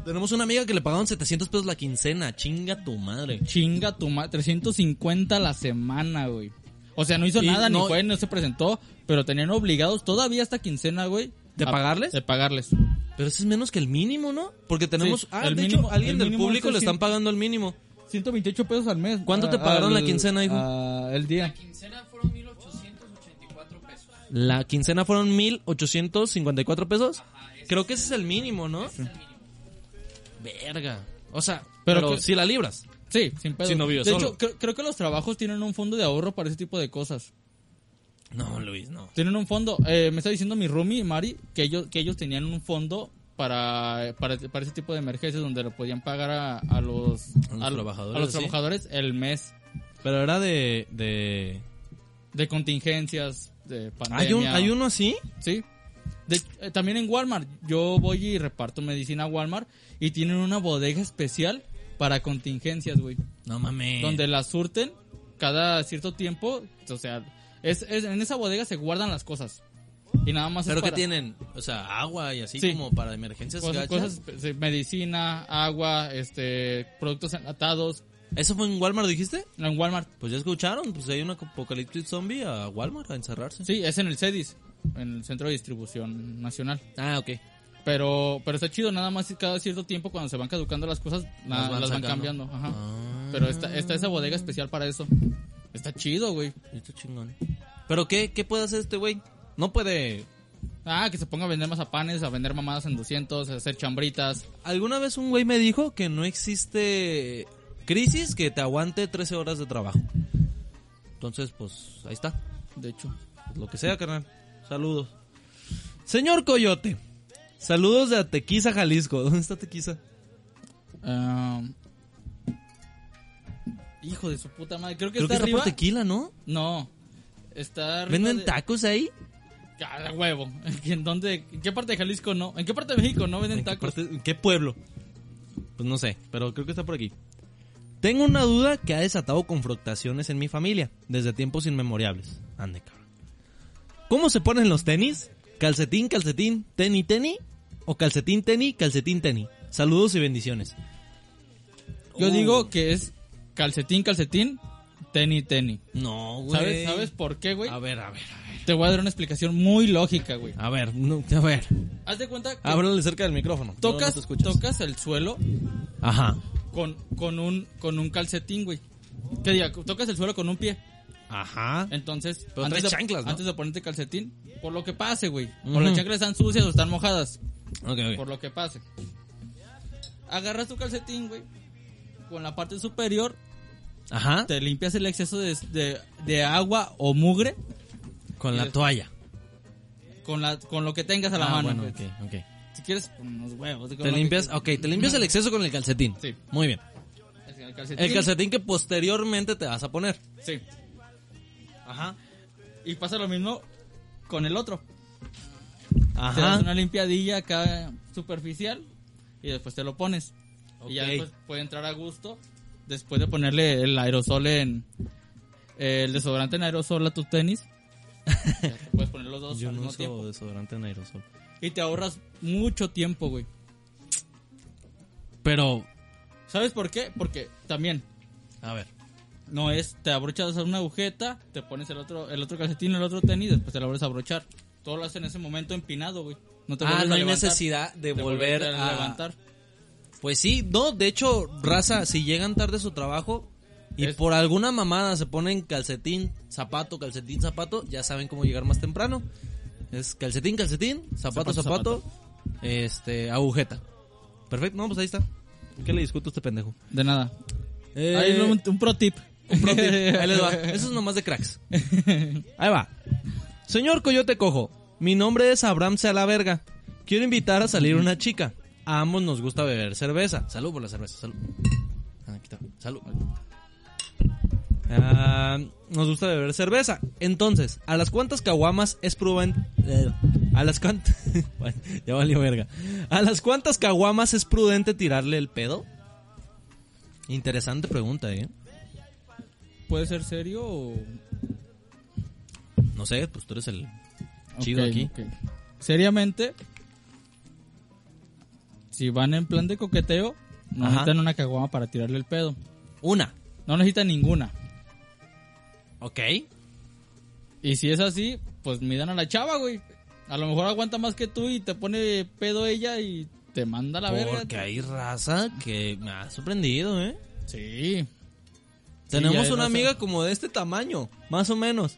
Speaker 3: Tenemos una amiga que le pagaban 700 pesos la quincena. Chinga tu madre.
Speaker 2: Chinga tu madre, 350 a la semana, güey. O sea, no hizo
Speaker 3: Y
Speaker 2: nada,
Speaker 3: no-
Speaker 2: ni fue, no se presentó, pero tenían obligados todavía esta quincena, güey.
Speaker 3: ¿De
Speaker 2: a-
Speaker 3: pagarles?
Speaker 2: De pagarles.
Speaker 3: Pero eso es menos que el mínimo, ¿no? Porque tenemos...
Speaker 2: Sí,
Speaker 3: ah,
Speaker 2: el
Speaker 3: de
Speaker 2: mínimo-
Speaker 3: hecho, alguien
Speaker 2: el
Speaker 3: del
Speaker 2: mínimo
Speaker 3: público
Speaker 2: es
Speaker 3: le
Speaker 2: el
Speaker 3: están
Speaker 2: cien.
Speaker 3: pagando el mínimo.
Speaker 2: 128 pesos al mes.
Speaker 3: ¿Cuánto te
Speaker 2: Ah,
Speaker 3: pagaron la
Speaker 2: al-
Speaker 3: quincena, hijo?
Speaker 2: ah, el día.
Speaker 4: quincena fueron 1884 pesos.
Speaker 3: La quincena fueron 1854 pesos. Creo que ese es el mínimo, ¿no? Verga. O sea, pero,
Speaker 2: Pero que-
Speaker 3: si la libras.
Speaker 2: Sí, sin pedo.
Speaker 3: Si no vives
Speaker 2: de
Speaker 3: solo.
Speaker 2: hecho, creo, creo que los trabajos tienen un fondo de ahorro para ese tipo de cosas.
Speaker 3: No, Luis, no.
Speaker 2: Tienen un fondo. Eh, me está diciendo mi roomie, Mari, que ellos, que ellos tenían un fondo para, para, para ese tipo de emergencias donde le podían pagar a, a los,
Speaker 3: A los trabajadores,
Speaker 2: a los
Speaker 3: sí.
Speaker 2: trabajadores el mes
Speaker 3: Pero era de... de...
Speaker 2: de contingencias, de pandemia.
Speaker 3: ¿Hay, un, ¿Hay uno así?
Speaker 2: Sí. De- eh, también en Walmart. Yo voy y reparto medicina a Walmart y tienen una bodega especial para contingencias, güey.
Speaker 3: No mames.
Speaker 2: donde las surten cada cierto tiempo. O sea, es, es- en esa bodega se guardan las cosas. Y nada más
Speaker 3: Pero
Speaker 2: es
Speaker 3: que
Speaker 2: para
Speaker 3: tienen, o sea, agua y así
Speaker 2: Sí.
Speaker 3: como para emergencias
Speaker 2: cosas,
Speaker 3: gachas.
Speaker 2: cosas, sí, medicina, agua, este, productos enlatados,
Speaker 3: ¿Eso fue en Walmart, dijiste?
Speaker 2: En Walmart.
Speaker 3: Pues ya escucharon, pues hay un apocalipsis zombie a Walmart a encerrarse.
Speaker 2: Sí, es en el CEDIS, en el Centro de Distribución Nacional.
Speaker 3: Ah, ok.
Speaker 2: Pero, pero está chido, nada más cada cierto tiempo cuando se van caducando las cosas, na-
Speaker 3: Las van
Speaker 2: las van
Speaker 3: sacando.
Speaker 2: cambiando. Ajá.
Speaker 3: Ah.
Speaker 2: Pero está, está esa bodega especial para eso. Está ¿eh? chido, güey.
Speaker 3: Esto chingón. ¿Pero qué, qué puede hacer este güey? No puede...
Speaker 2: Ah, que se ponga a vender mazapanes, a vender mamadas en 200, a hacer chambritas.
Speaker 3: Alguna vez un güey me dijo que no existe crisis que te aguante 13 horas de trabajo. Entonces, pues ahí está.
Speaker 2: De hecho,
Speaker 3: Lo que sea, carnal. Saludos. Señor Coyote. Saludos de Atequiza, Jalisco. ¿Dónde está Tequiza?
Speaker 2: ah, hijo de su puta madre. Creo que
Speaker 3: Creo que
Speaker 2: está
Speaker 3: está por
Speaker 2: arriba.
Speaker 3: tequila, ¿no?
Speaker 2: no, está arriba.
Speaker 3: ¿Venden
Speaker 2: de-
Speaker 3: tacos ahí?
Speaker 2: Cada huevo. ¿En dónde? ¿En qué parte de Jalisco no? ¿En qué parte de México no venden
Speaker 3: ¿En qué,
Speaker 2: tacos?
Speaker 3: parte- en qué pueblo? Pues no sé, pero creo que está por aquí. Tengo una duda que ha desatado confrontaciones en mi familia desde tiempos inmemoriales. Ande, cabrón. ¿Cómo se ponen los tenis? ¿Calcetín, calcetín, tenis, tenis? ¿O calcetín, tenis, calcetín, tenis? Saludos y bendiciones.
Speaker 2: Yo
Speaker 3: Uh.
Speaker 2: digo que es calcetín, calcetín, tenis, tenis.
Speaker 3: No, güey.
Speaker 2: ¿Sabes, ¿Sabes por qué, güey?
Speaker 3: A ver, Ah. a ver, a ver.
Speaker 2: Te voy a dar una explicación muy lógica, güey.
Speaker 3: A ver, no, a ver.
Speaker 2: Haz de cuenta que
Speaker 3: Háblale cerca del micrófono. No, no
Speaker 2: tocas,
Speaker 3: te escuchas.
Speaker 2: tocas el suelo
Speaker 3: Ajá.
Speaker 2: con, con, un, con un calcetín, güey. Que diga, tocas el suelo con un pie.
Speaker 3: Ajá.
Speaker 2: Entonces,
Speaker 3: Pero
Speaker 2: antes,
Speaker 3: traes
Speaker 2: de,
Speaker 3: chanclas, ¿no?
Speaker 2: antes de ponerte calcetín, por lo que pase, güey.
Speaker 3: Ujú.
Speaker 2: Por las chanclas están sucias o están mojadas.
Speaker 3: Ok, ok.
Speaker 2: Por lo que pase. Agarras tu calcetín, güey. Con la parte superior,
Speaker 3: Ajá.
Speaker 2: te limpias el exceso de, de- de agua o mugre
Speaker 3: Con la toalla.
Speaker 2: con, la, con lo que tengas a la
Speaker 3: Ah,
Speaker 2: mano.
Speaker 3: bueno,
Speaker 2: güey.
Speaker 3: ok, ok.
Speaker 2: Si quieres, con unos huevos. con
Speaker 3: Te
Speaker 2: lo
Speaker 3: limpias,
Speaker 2: que-
Speaker 3: ok, te limpias el exceso con el calcetín.
Speaker 2: Sí.
Speaker 3: Muy bien.
Speaker 2: El calcetín.
Speaker 3: El calcetín que posteriormente te vas a poner.
Speaker 2: Sí.
Speaker 3: Ajá.
Speaker 2: Y pasa lo mismo con el otro. Te das
Speaker 3: Ajá.
Speaker 2: una limpiadilla acá superficial y después te lo pones. Y ya
Speaker 3: Ok.
Speaker 2: después puede entrar a gusto. Después de ponerle el aerosol en. eh, El desodorante en aerosol a tus tenis. Ya te puedes poner los dos
Speaker 3: Yo
Speaker 2: al
Speaker 3: no
Speaker 2: mismo
Speaker 3: uso
Speaker 2: tiempo.
Speaker 3: desodorante en aerosol.
Speaker 2: Y te ahorras mucho tiempo, güey.
Speaker 3: Pero,
Speaker 2: ¿Sabes por qué? Porque también
Speaker 3: a ver.
Speaker 2: no es. Te abrochas una agujeta, te pones el otro, el otro calcetín, el otro tenis, después te lo vuelves a abrochar. Todo lo haces en ese momento empinado, güey. No te
Speaker 3: Ah,
Speaker 2: vuelves
Speaker 3: no
Speaker 2: a
Speaker 3: hay
Speaker 2: levantar.
Speaker 3: necesidad de
Speaker 2: Te
Speaker 3: volver
Speaker 2: vuelves
Speaker 3: a
Speaker 2: levantar.
Speaker 3: Pues sí, no, de hecho, raza, si llegan tarde a su trabajo y
Speaker 2: Es-
Speaker 3: por alguna mamada se ponen calcetín, zapato, calcetín, zapato, ya saben cómo llegar más temprano. Es calcetín, calcetín, zapato,
Speaker 2: Zapato,
Speaker 3: zapato, este, agujeta. Perfecto, no, pues ahí está. ¿Qué le discuto a este pendejo?
Speaker 2: De nada.
Speaker 3: Eh,
Speaker 2: Ahí va un, un pro tip.
Speaker 3: un pro tip. Ahí les va. Eso es nomás de cracks. Ahí va. Señor Coyote Cojo, mi nombre es Abraham Sea la Verga. Quiero invitar a salir una chica. A ambos nos gusta beber cerveza. Salud por la cerveza, salud. Ah, aquí está. Salud. Ah, nos gusta beber cerveza. Entonces, ¿a las cuantas caguamas es prudente? A las cuantas... ya valió verga. ¿A las cuantas caguamas es prudente tirarle el pedo? Interesante pregunta, ¿eh?
Speaker 2: ¿Puede ser serio o...?
Speaker 3: No sé, pues tú eres el chido
Speaker 2: Ok,
Speaker 3: aquí.
Speaker 2: ok. Seriamente, si van en plan de coqueteo, no
Speaker 3: Ajá.
Speaker 2: necesitan una caguama para tirarle el pedo.
Speaker 3: Una.
Speaker 2: No necesitan ninguna.
Speaker 3: Ok.
Speaker 2: Y si es así, pues midan a la chava, güey. A lo mejor aguanta más que tú y te pone pedo ella y te manda a la verga.
Speaker 3: Porque hay raza que me ha sorprendido, ¿eh?
Speaker 2: Sí.
Speaker 3: Tenemos
Speaker 2: hay
Speaker 3: una
Speaker 2: raza.
Speaker 3: amiga como de este tamaño, más o menos,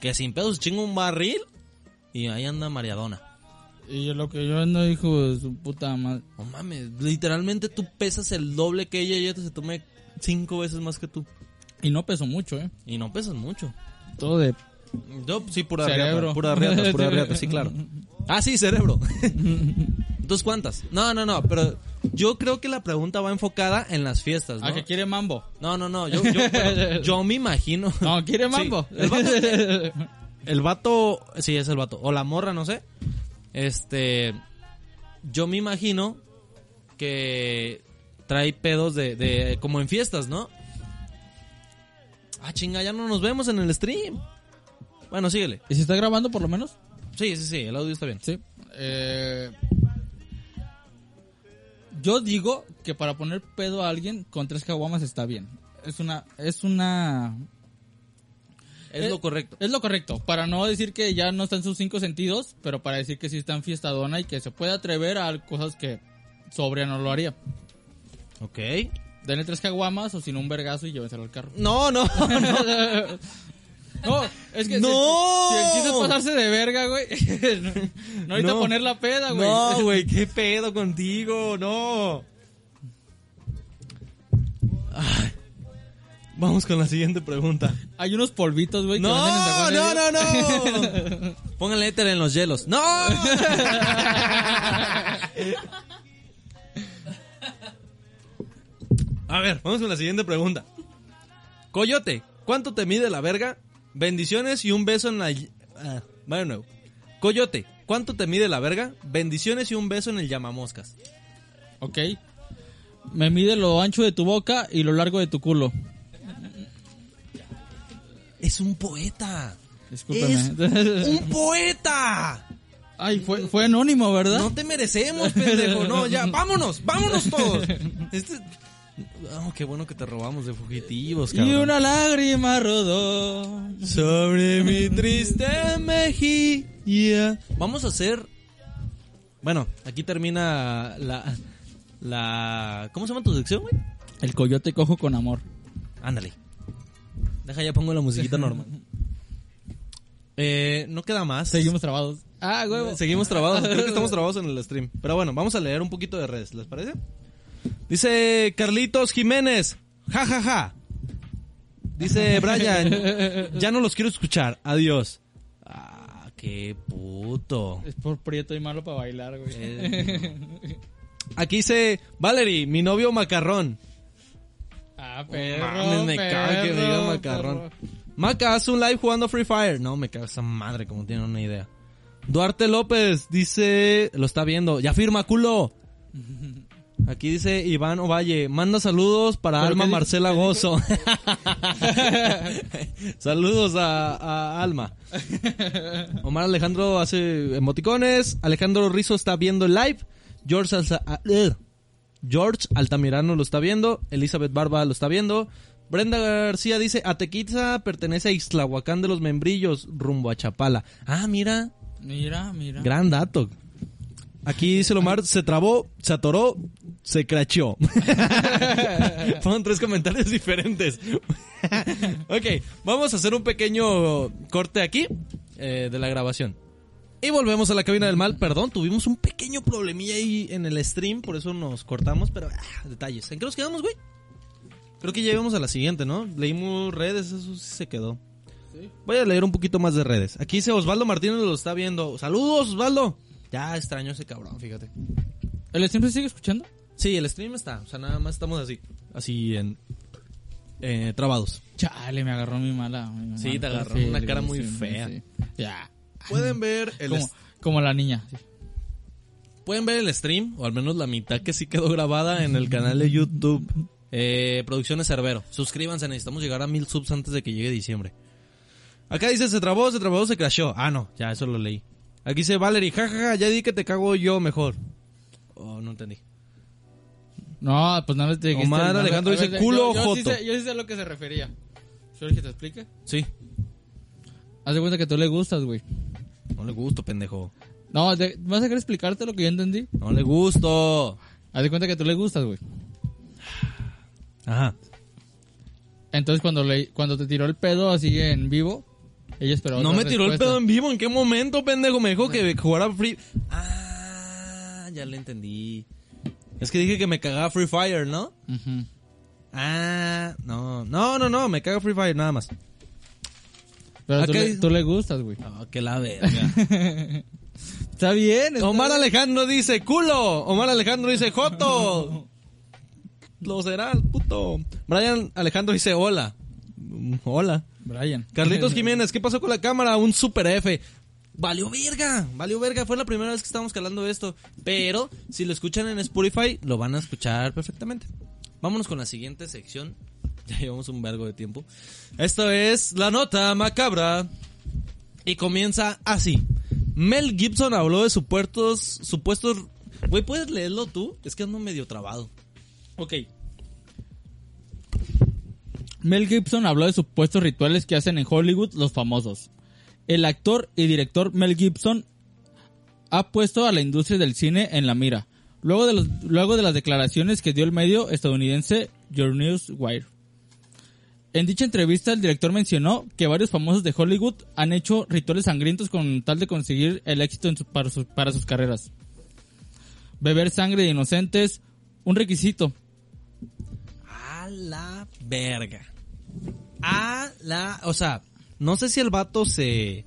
Speaker 3: que sin pedos chinga un barril y ahí anda Mariadona.
Speaker 2: Y yo lo que yo no hijo de su puta madre.
Speaker 3: No mames, literalmente tú pesas el doble que ella y ella se tome cinco veces más que tú.
Speaker 2: Y no peso mucho, ¿eh?
Speaker 3: Y no pesas mucho.
Speaker 2: Todo de...
Speaker 3: Yo, sí, pura
Speaker 2: Cerebro.
Speaker 3: riata, pura riata, pura riata, sí, claro. Ah, sí, cerebro. Entonces, ¿cuántas? No, no, no, pero yo creo que la pregunta va enfocada en las fiestas, ¿no?
Speaker 2: ¿A Ah, que quiere mambo?
Speaker 3: No, no, no, yo, yo, bueno, yo me imagino.
Speaker 2: No, quiere mambo.
Speaker 3: Sí, el, vato, el vato- sí, es el vato, o la morra, no sé. Este, yo me imagino que trae pedos de, de- como en fiestas, ¿no? Ah, chinga, ya no nos vemos en el stream. Bueno, síguele.
Speaker 2: ¿Y si está grabando por lo menos?
Speaker 3: Sí, sí, sí, el audio está bien.
Speaker 2: Sí. Eh, yo digo que para poner pedo a alguien con tres caguamas está bien. es una es una eh,
Speaker 3: Es lo correcto.
Speaker 2: es lo correcto, para no decir que ya no están sus cinco sentidos, pero para decir que sí están fiestadona y que se puede atrever a cosas que sobria no lo haría.
Speaker 3: Ok.
Speaker 2: Denle tres caguamas o sin un vergazo y llévenselo al carro.
Speaker 3: No, no.
Speaker 2: No, es que si-
Speaker 3: ¡No!
Speaker 2: si, el chiste es pasarse de verga, güey. No, no necesita
Speaker 3: No.
Speaker 2: poner la peda, güey.
Speaker 3: No, güey, qué pedo contigo, no. Ay. Vamos con la siguiente pregunta.
Speaker 2: Hay unos polvitos, güey, que venden en
Speaker 3: No,
Speaker 2: Zaguán
Speaker 3: no,
Speaker 2: Elías.
Speaker 3: no, no. Pónganle éter en los hielos. No. A ver, vamos con la siguiente pregunta. Coyote, ¿cuánto te mide la verga? Bendiciones y un beso en la... y- Ah, va de nuevo. Coyote, ¿cuánto te mide la verga? Bendiciones y un beso en el llamamoscas.
Speaker 2: Ok. Me mide lo ancho de tu boca y lo largo de tu culo.
Speaker 3: Es un poeta.
Speaker 2: Discúlpeme.
Speaker 3: Es un poeta.
Speaker 2: Ay, fue, fue anónimo, ¿verdad?
Speaker 3: No te merecemos, pendejo. No, ya, vámonos, vámonos todos. Este... Oh, qué bueno que te robamos de fugitivos, cabrón.
Speaker 2: y una lágrima rodó.
Speaker 3: Sobre mi triste mejilla. Vamos a hacer. Bueno, aquí termina la. la ¿Cómo se llama tu sección, güey?
Speaker 2: El coyote cojo con amor.
Speaker 3: Ándale. Deja, ya pongo la musiquita normal. Eh, no queda más.
Speaker 2: Seguimos trabados. Ah, huevo.
Speaker 3: Seguimos trabados. Creo que estamos trabados en el stream. Pero bueno, vamos a leer un poquito de redes, ¿les parece? Dice Carlitos Jiménez. Ja, ja, ja. Dice Brian. Ya no los quiero escuchar. Adiós. Ah, qué puto.
Speaker 2: Es por prieto y malo para bailar, güey.
Speaker 3: Eh, Aquí dice Valerie, mi novio macarrón.
Speaker 2: Ah, perro.
Speaker 3: Mames, me caga que me digan
Speaker 2: perro,
Speaker 3: macarrón.
Speaker 2: perro.
Speaker 3: Maca hace un live jugando Free Fire. No, me cago esa madre, como tienen una idea. Duarte López dice, lo está viendo, ya firma culo. Aquí dice Iván Ovalle, manda saludos para
Speaker 2: ¿Pero
Speaker 3: Alma
Speaker 2: qué di-
Speaker 3: Marcela Gozo. saludos a, a Alma. Omar Alejandro hace emoticones. Alejandro Rizo está viendo el live. George, Alza- ah, ugh. George Altamirano lo está viendo. Elizabeth Barba lo está viendo. Brenda García dice, Atequiza pertenece a Ixtlahuacán de los Membrillos, rumbo a Chapala. Ah, mira,
Speaker 2: Mira, mira.
Speaker 3: gran dato. Aquí dice Lomar, se trabó, se atoró, se cracheó. Fueron tres comentarios diferentes. ok, vamos a hacer un pequeño corte aquí eh, de la grabación. Y volvemos a la cabina del mal. Perdón, tuvimos un pequeño problemilla ahí en el stream, por eso nos cortamos, pero ah, detalles. ¿En qué nos quedamos, güey? Creo que ya íbamos a la siguiente, ¿no? Leímos redes, eso sí se quedó. Voy a leer un poquito más de redes. Aquí dice Osvaldo Martínez lo está viendo. Saludos, Osvaldo. Ya extraño ese cabrón, fíjate.
Speaker 2: ¿El siempre sigue escuchando?
Speaker 3: Sí, el stream está. O sea, nada más estamos así. Así en... eh, trabados.
Speaker 2: Chale, me agarró mi mala. mi
Speaker 3: Sí,
Speaker 2: mal
Speaker 3: te agarró
Speaker 2: perfil,
Speaker 3: una cara
Speaker 2: güey,
Speaker 3: muy
Speaker 2: sí,
Speaker 3: fea.
Speaker 2: sí. Ya.
Speaker 3: Pueden ver el...
Speaker 2: Como, como la niña. sí.
Speaker 3: Pueden ver el stream, o al menos la mitad que sí quedó grabada en el canal de YouTube. Eh, Producciones Cerbero. Suscríbanse, necesitamos llegar a mil subs antes de que llegue diciembre. Acá dice, se trabó, se trabó, se crashó. Ah, no, ya eso lo leí. Aquí dice Valerie, jajaja, ya di que te cago yo mejor. Oh, no entendí.
Speaker 2: No, pues nada más te dijiste
Speaker 3: Omar
Speaker 2: el nombre.
Speaker 3: Alejandro
Speaker 2: A ver,
Speaker 3: dice,
Speaker 2: yo-
Speaker 3: culo
Speaker 2: yo, sí
Speaker 3: joto.
Speaker 2: sé, yo sí sé a lo que se refería. ¿Quieres que te explique?
Speaker 3: Sí.
Speaker 2: Haz de cuenta que tú le gustas, güey.
Speaker 3: No le gusto, pendejo.
Speaker 2: No, de- ¿vas a querer explicarte lo que yo entendí?
Speaker 3: No le gusto.
Speaker 2: Haz de cuenta que tú le gustas, güey.
Speaker 3: Ajá.
Speaker 2: Entonces cuando le cuando te tiró el pedo así en vivo, ella esperaba
Speaker 3: No
Speaker 2: otra
Speaker 3: me tiró el
Speaker 2: respuesta.
Speaker 3: pedo en vivo. ¿En qué momento, pendejo? Me dijo que jugara Free... Ah, ya le entendí. Es que dije que me cagaba Free Fire, ¿no?
Speaker 2: Ujú.
Speaker 3: Ah, no. No, no, no. Me caga Free Fire, nada más.
Speaker 2: Pero tú
Speaker 3: Acá
Speaker 2: le,
Speaker 3: dice-
Speaker 2: tú le gustas, güey.
Speaker 3: Ah, que la verga.
Speaker 2: Está bien. está
Speaker 3: Omar
Speaker 2: bien.
Speaker 3: Alejandro dice culo. Omar Alejandro dice joto. Lo será, el puto. Brian Alejandro dice hola. Mm, Hola.
Speaker 2: Brian.
Speaker 3: Carlitos Jiménez, ¿qué pasó con la cámara? Un super F. Valió verga, valió verga. Fue la primera vez que estábamos calando esto. Pero si lo escuchan en Spotify, lo van a escuchar perfectamente. Vámonos con la siguiente sección. Ya llevamos un vergo de tiempo. Esto es la nota macabra. Y comienza así. Mel Gibson habló de supuestos... Supuestos... Güey, ¿puedes leerlo tú? Es que ando medio trabado.
Speaker 2: Ok. Mel Gibson habló de supuestos rituales que hacen en Hollywood los famosos. El actor y director Mel Gibson ha puesto a la industria del cine en la mira, luego de, los- luego de las declaraciones que dio el medio estadounidense Your News Wire. En dicha entrevista, el director mencionó que varios famosos de Hollywood han hecho rituales sangrientos con tal de conseguir el éxito en su- para, sus- para sus carreras. Beber sangre de inocentes, un requisito.
Speaker 3: A la verga. A la. O sea, no sé si el vato se.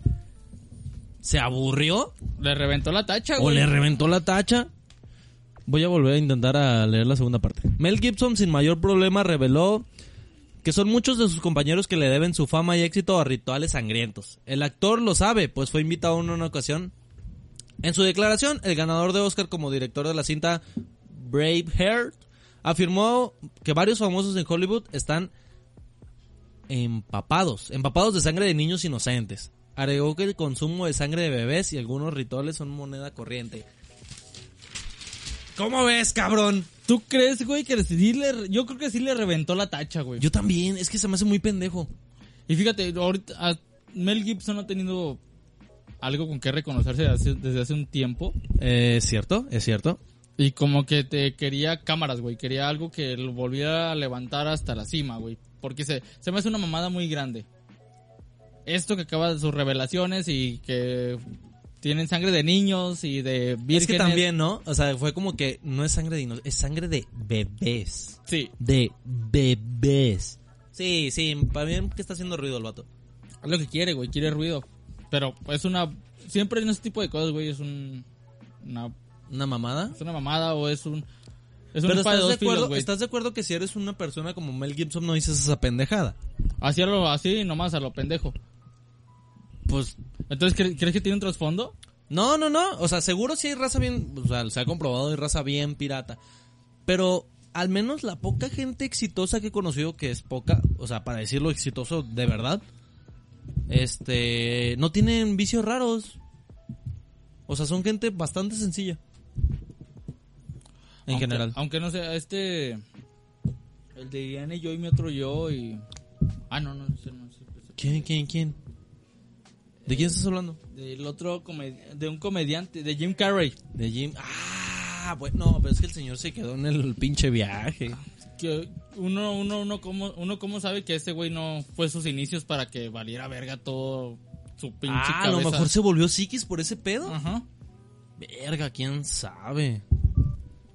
Speaker 3: Se aburrió
Speaker 2: Le reventó la tacha,
Speaker 3: o
Speaker 2: güey.
Speaker 3: le reventó la tacha. Voy a volver a intentar a leer la segunda parte. Mel Gibson sin mayor problema reveló que son muchos de sus compañeros que le deben su fama y éxito a rituales sangrientos. El actor lo sabe, pues fue invitado en una ocasión. En su declaración, el ganador de Oscar como director de la cinta Braveheart afirmó que varios famosos en Hollywood están empapados, empapados de sangre de niños inocentes. Agregó que el consumo de sangre de bebés y algunos rituales son moneda corriente. ¿Cómo ves, cabrón?
Speaker 2: ¿Tú crees, güey, que sí le... Yo creo que sí le reventó la tacha, güey.
Speaker 3: Yo también, es que se me hace muy pendejo.
Speaker 2: Y fíjate, ahorita a- Mel Gibson ha tenido algo con que reconocerse desde hace, desde hace un tiempo.
Speaker 3: es cierto, es cierto.
Speaker 2: Y como que te quería cámaras, güey. Quería algo que lo volviera a levantar hasta la cima, güey. Porque se, se me hace una mamada muy grande. Esto que acaba de sus revelaciones y que tienen sangre de niños y de vírgenes.
Speaker 3: Es que también, ¿no? O sea, fue como que no es sangre de inocentes, es sangre de bebés.
Speaker 2: Sí.
Speaker 3: De bebés. Sí, sí, para mí que está haciendo ruido el vato.
Speaker 2: Es lo que quiere, güey, quiere ruido. Pero es una. Siempre en ese tipo de cosas, güey, es un. Una,
Speaker 3: ¿Una mamada?
Speaker 2: es una mamada o es un. Es un espada
Speaker 3: Pero estás de,
Speaker 2: dos filos,
Speaker 3: acuerdo,
Speaker 2: güey.
Speaker 3: estás de acuerdo que si eres una persona como Mel Gibson no dices esa pendejada.
Speaker 2: Así, a lo, así nomás a lo pendejo.
Speaker 3: Pues
Speaker 2: Entonces, ¿cre- ¿crees que tiene un trasfondo?
Speaker 3: no, no, no. O sea, seguro sí hay raza bien, o sea, se ha comprobado hay raza bien pirata. Pero al menos la poca gente exitosa que he conocido, que es poca, o sea, para decirlo exitoso de verdad, este, no tienen vicios raros. O sea, son gente bastante sencilla. En
Speaker 2: Aunque-
Speaker 3: general.
Speaker 2: Aunque no sea, este. El de Irene, yo y mi otro yo y. Ah, no, no, ese no, ese- ese-
Speaker 3: ¿Quién, quién, quién? ¿De quién estás hablando?
Speaker 2: Del otro. come- de un comediante, de Jim Carrey.
Speaker 3: De Jim. Ah, bueno, pero es que el señor se quedó en el pinche viaje.
Speaker 2: que uno, uno, uno, cómo, uno cómo sabe que ese güey no fue sus inicios para que valiera verga todo su pinche
Speaker 3: Ah, a
Speaker 2: cabeza.
Speaker 3: lo mejor se volvió psiquis por ese pedo.
Speaker 2: Ajá.
Speaker 3: Verga, quién sabe.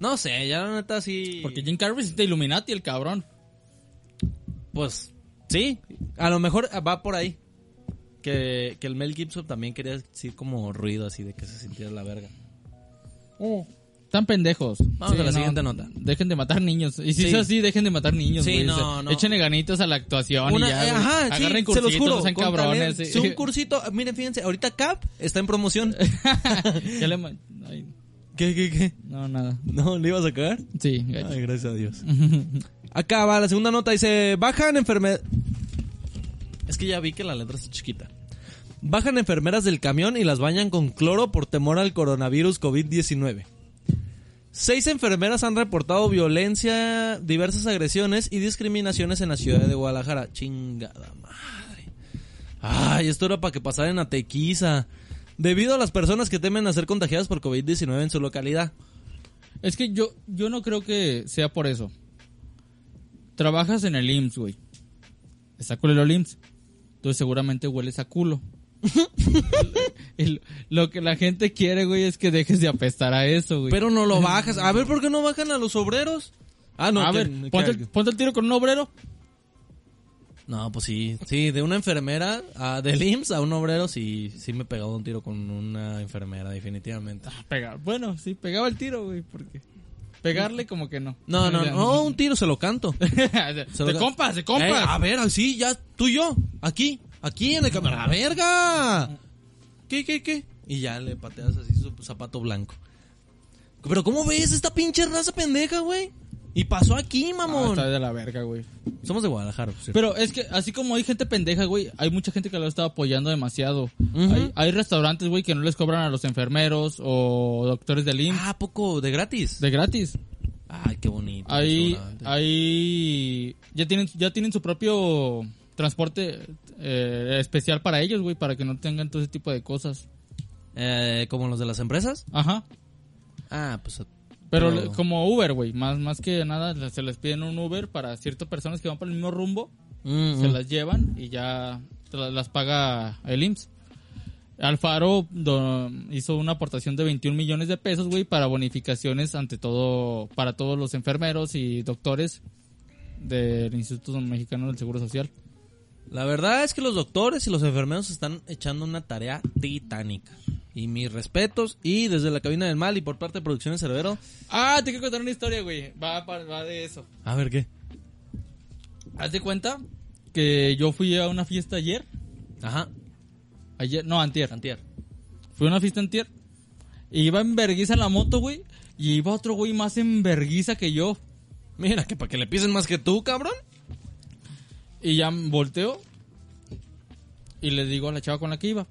Speaker 3: No sé, ya la neta sí.
Speaker 2: Porque Jim Carrey es de Illuminati, el cabrón.
Speaker 3: pues, sí. A lo mejor va por ahí. Que, que el Mel Gibson también quería decir como ruido así de que se sintiera la verga.
Speaker 2: Están pendejos.
Speaker 3: Oh. Vamos a la siguiente nota.
Speaker 2: Dejen de matar niños. Y si
Speaker 3: Sí.
Speaker 2: es así, dejen de matar niños,
Speaker 3: Sí,
Speaker 2: güey. O sea,
Speaker 3: no, no.
Speaker 2: Échenle ganitas a la actuación
Speaker 3: Una-
Speaker 2: y ya,
Speaker 3: eh,
Speaker 2: güey.
Speaker 3: ajá, sí,
Speaker 2: Agarren
Speaker 3: se los
Speaker 2: cursitos,
Speaker 3: juro.
Speaker 2: no sean
Speaker 3: con
Speaker 2: cabrones.
Speaker 3: talento.
Speaker 2: sí.
Speaker 3: Sí, Un cursito, miren, fíjense, ahorita Cap está en promoción.
Speaker 2: Ya le ma- Ay,
Speaker 3: ¿Qué, qué, qué?
Speaker 2: no, nada.
Speaker 3: ¿No le ibas a cagar?
Speaker 2: Sí, gacho.
Speaker 3: Ay, gracias a Dios. Acá va la segunda nota, dice, bajan enfermeras... Es que ya vi que la letra está chiquita. Bajan enfermeras del camión y las bañan con cloro por temor al coronavirus COVID-19. Seis enfermeras han reportado violencia, diversas agresiones y discriminaciones en la ciudad de Guadalajara. Chingada madre. Ay, esto era para que pasara en Atequiza. Debido a las personas que temen a ser contagiadas por COVID-19 en su localidad.
Speaker 2: Es que yo, yo no creo que sea por eso. Trabajas en el IMSS, güey. Está culero el IMSS. Entonces seguramente hueles a culo. Y lo- lo que la gente quiere, güey, es que dejes de apestar a eso, güey.
Speaker 3: Pero no lo bajas. A ver, ¿por qué no bajan a los obreros? Ah, no.
Speaker 2: a
Speaker 3: que-
Speaker 2: ver,
Speaker 3: que-
Speaker 2: ponte, el- ponte el tiro con un obrero.
Speaker 3: No, pues sí. Sí, de una enfermera, a, del IMSS a un obrero, sí, sí me he pegado un tiro con una enfermera, definitivamente.
Speaker 2: Pegar. Ah, Bueno, sí, pegaba el tiro, güey, porque pegarle como que no.
Speaker 3: No, no,
Speaker 2: Mira.
Speaker 3: no, un tiro se lo canto. Se lo
Speaker 2: de
Speaker 3: ca-
Speaker 2: compas, de
Speaker 3: Eh,
Speaker 2: compas.
Speaker 3: a ver, así, ya, tú y yo, aquí, aquí en el camión. ¡A la verga! ¿Qué, qué, qué? Y ya le pateas así su zapato blanco. Pero ¿cómo ves esta pinche raza pendeja, güey? Y pasó aquí,
Speaker 2: Ah,
Speaker 3: mamón.
Speaker 2: está de la verga, güey.
Speaker 3: Somos de Guadalajara, por cierto.
Speaker 2: Pero es que así como hay gente pendeja, güey, hay mucha gente que lo está apoyando demasiado.
Speaker 3: Ujú.
Speaker 2: hay, hay restaurantes, güey, que no les cobran a los enfermeros o doctores del IMSS
Speaker 3: Ah, ¿a poco de gratis.
Speaker 2: de gratis.
Speaker 3: Ay, qué bonito.
Speaker 2: Ahí,
Speaker 3: restaurante.
Speaker 2: ahí ya tienen, ya tienen su propio transporte eh, especial para ellos, güey, para que no tengan todo ese tipo de cosas.
Speaker 3: Eh, ¿Como los de las empresas?
Speaker 2: Ajá.
Speaker 3: Ah, pues...
Speaker 2: Pero
Speaker 3: Pero-
Speaker 2: le- como Uber, güey, más, más que nada le- se les piden un Uber para ciertas personas que van por el mismo rumbo,
Speaker 3: mm,
Speaker 2: se
Speaker 3: mm.
Speaker 2: las llevan y ya te la- las paga el IMSS. Alfaro do- hizo una aportación de 21 millones de pesos, güey, para bonificaciones ante todo, para todos los enfermeros y doctores del Instituto Mexicano del Seguro Social.
Speaker 3: La verdad es que los doctores y los enfermeros están echando una tarea titánica. Y mis respetos, y desde la cabina del mal y por parte de Producciones Cerbero.
Speaker 2: Ah, te quiero contar una historia, güey. Va, pa- va de eso.
Speaker 3: A ver qué.
Speaker 2: Haz de cuenta que yo fui a una fiesta ayer.
Speaker 3: Ajá,
Speaker 2: Ayer, no, antier.
Speaker 3: Antier.
Speaker 2: Fui a una fiesta antier. Y iba en verguiza en la moto, güey. Y iba otro güey más en verguiza que yo.
Speaker 3: Mira, que para que le pisen más que tú, cabrón.
Speaker 2: Y ya volteo. Y le digo a la chava con la que iba.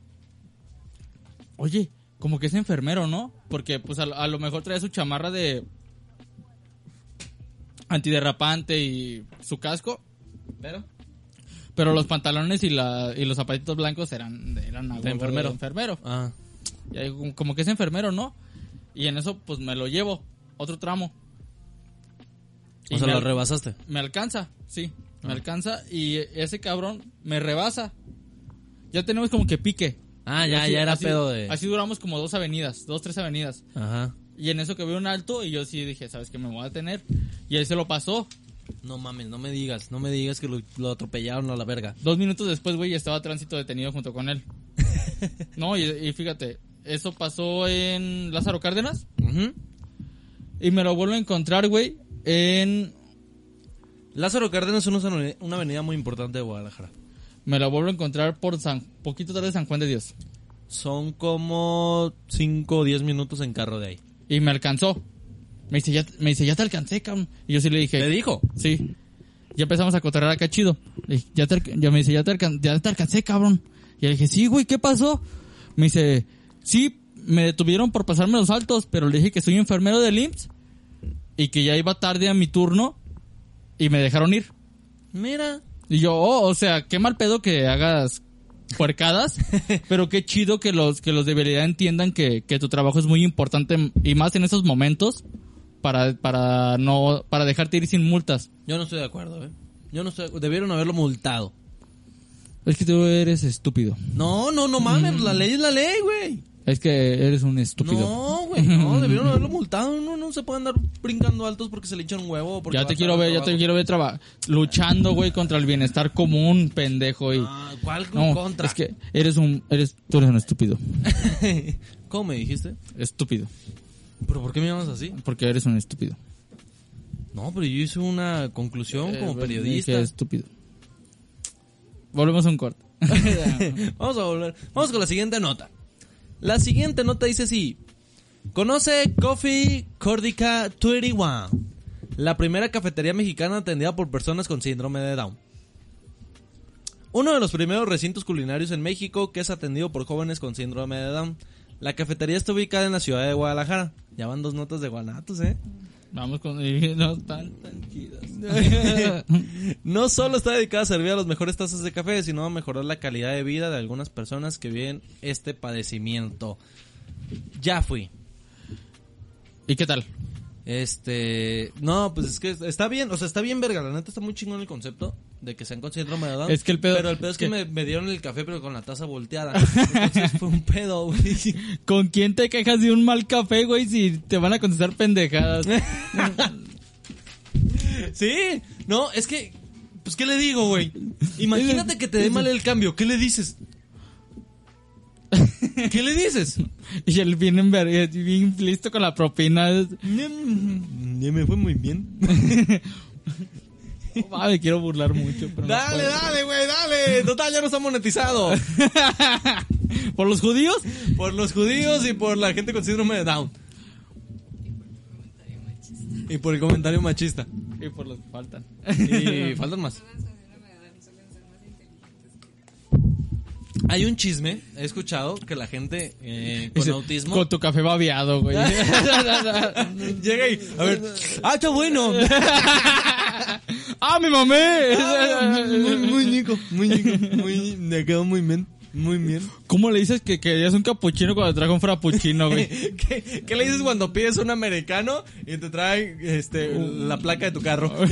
Speaker 2: Oye, como que es enfermero, ¿no? Porque pues a, lo- a lo mejor trae su chamarra de antiderrapante y su casco.
Speaker 3: Pero...
Speaker 2: Pero los pantalones y, la, y los zapatitos blancos eran, eran a huevo de
Speaker 3: enfermero.
Speaker 2: enfermero.
Speaker 3: Ah,
Speaker 2: Y ahí como- como que es enfermero, ¿no? Y en eso, pues me lo llevo. Otro tramo.
Speaker 3: o
Speaker 2: Y
Speaker 3: sea,
Speaker 2: me
Speaker 3: lo
Speaker 2: al-
Speaker 3: rebasaste.
Speaker 2: Me alcanza, sí.
Speaker 3: Ah.
Speaker 2: Me alcanza y ese cabrón me rebasa. Ya tenemos como que pique.
Speaker 3: Ah,
Speaker 2: Y
Speaker 3: ya,
Speaker 2: así-
Speaker 3: ya era
Speaker 2: así-
Speaker 3: pedo de...
Speaker 2: Así duramos como dos avenidas, dos, tres avenidas.
Speaker 3: Ajá.
Speaker 2: Y en eso que veo un alto y yo sí dije, ¿sabes qué? Me voy a detener. Y él se lo pasó.
Speaker 3: No mames, no me digas, no me digas que lo, lo atropellaron a la verga.
Speaker 2: Dos minutos después, güey, estaba tránsito detenido junto con él. No, y, y fíjate, eso pasó en Lázaro Cárdenas.
Speaker 3: Ujú.
Speaker 2: Y me lo vuelvo a encontrar, güey, en...
Speaker 3: Lázaro Cárdenas es una, una avenida muy importante de Guadalajara.
Speaker 2: Me lo vuelvo a encontrar por San... Poquito tarde San Juan de Dios.
Speaker 3: Son como 5 o 10 minutos en carro de ahí.
Speaker 2: Y me alcanzó. Me dice, ya, me dice, ya te alcancé, cabrón. Y yo sí le dije...
Speaker 3: ¿Te dijo?
Speaker 2: Sí. Ya empezamos a cotorrear acá chido. Le dije, ya, te alca- ya me dice, ya te, alcan- ya te alcancé, cabrón. Y le dije, sí, güey, ¿qué pasó? Me dice, sí, me detuvieron por pasarme los altos, pero le dije que soy enfermero del IMSS y que ya iba tarde a mi turno y me dejaron ir.
Speaker 3: Mira.
Speaker 2: Y yo, oh, o sea, qué mal pedo que hagas puercadas, pero qué chido que los que los de habilidad entiendan que, que tu trabajo es muy importante y más en esos momentos para para no para dejarte ir sin multas.
Speaker 3: Yo no estoy de acuerdo, ¿eh? Yo no estoy de acu- Debieron haberlo multado.
Speaker 2: Es que tú eres estúpido.
Speaker 3: No, no, no mames. La ley es la ley, güey.
Speaker 2: Es que eres un Mm. estúpido.
Speaker 3: No, güey. No, debieron haberlo multado. No, no se puede andar brincando altos porque se le echan un huevo. o porque
Speaker 2: ya
Speaker 3: va
Speaker 2: te
Speaker 3: a
Speaker 2: quiero
Speaker 3: estar
Speaker 2: ver, ya te
Speaker 3: trabajo.
Speaker 2: quiero ver traba- luchando, güey, contra el bienestar común, pendejo y
Speaker 3: Ah, ¿Cuál
Speaker 2: no,
Speaker 3: contra?
Speaker 2: es que eres un eres tú eres un estúpido.
Speaker 3: ¿Cómo me dijiste?
Speaker 2: Estúpido,
Speaker 3: ¿Pero por qué me llamas así?
Speaker 2: porque eres un estúpido.
Speaker 3: No, pero yo hice una conclusión
Speaker 2: Eh,
Speaker 3: como
Speaker 2: pues,
Speaker 3: periodista.
Speaker 2: dije estúpido. Volvemos a un corte.
Speaker 3: Vamos a volver. Vamos con la siguiente nota. La siguiente nota dice así. Conoce Coffee Cordica 21. La primera cafetería mexicana atendida por personas con síndrome de Down. Uno de los primeros recintos culinarios en México que es atendido por jóvenes con síndrome de Down. La cafetería está ubicada en la ciudad de Guadalajara. Ya van dos notas de Guanatos, ¿eh?
Speaker 2: Vamos con y no tan tan chidas.
Speaker 3: No solo está dedicada a servir a las mejores tazas de café, sino a mejorar la calidad de vida de algunas personas que viven este padecimiento. Ya fui.
Speaker 2: ¿Y qué tal?
Speaker 3: Este, no, pues es que está bien, o sea, está bien verga, la neta está muy chingón el concepto de que sean con síndrome de Down.
Speaker 2: Es que el pedo-
Speaker 3: pero el pedo es que,
Speaker 2: que-
Speaker 3: me, me dieron el café pero con la taza volteada. Entonces fue un pedo, güey.
Speaker 2: ¿Con quién te quejas de un mal café, güey, si te van a contestar pendejadas?
Speaker 3: Sí, no, es que pues qué le digo, güey. Imagínate que te dé mal el cambio, ¿qué le dices? ¿Qué le dices?
Speaker 2: Y él viene en verga, bien listo con la propina. Oh,
Speaker 3: Ya me fue muy bien.
Speaker 2: No mames, me quiero burlar mucho. Pero no
Speaker 3: Dale,
Speaker 2: puedo.
Speaker 3: dale, güey, dale. Total, ya no está monetizado.
Speaker 2: ¿Por los judíos?
Speaker 3: Por los judíos y por la gente con síndrome de Down. Y por el comentario machista.
Speaker 2: Y por los que faltan.
Speaker 3: Y faltan más. Hay un chisme, he escuchado que la gente eh, con
Speaker 2: Dice,
Speaker 3: autismo
Speaker 2: Con tu café babeado, güey.
Speaker 3: llega y a ver, ah, está bueno.
Speaker 2: ¡Ah, mi mamé!
Speaker 3: muy nico, muy nico, muy me quedó muy bien, muy bien.
Speaker 2: ¿Cómo le dices que querías un capuchino cuando trajo un frappuccino, güey?
Speaker 3: ¿Qué, qué le dices cuando pides un americano y te traen este la placa de tu carro?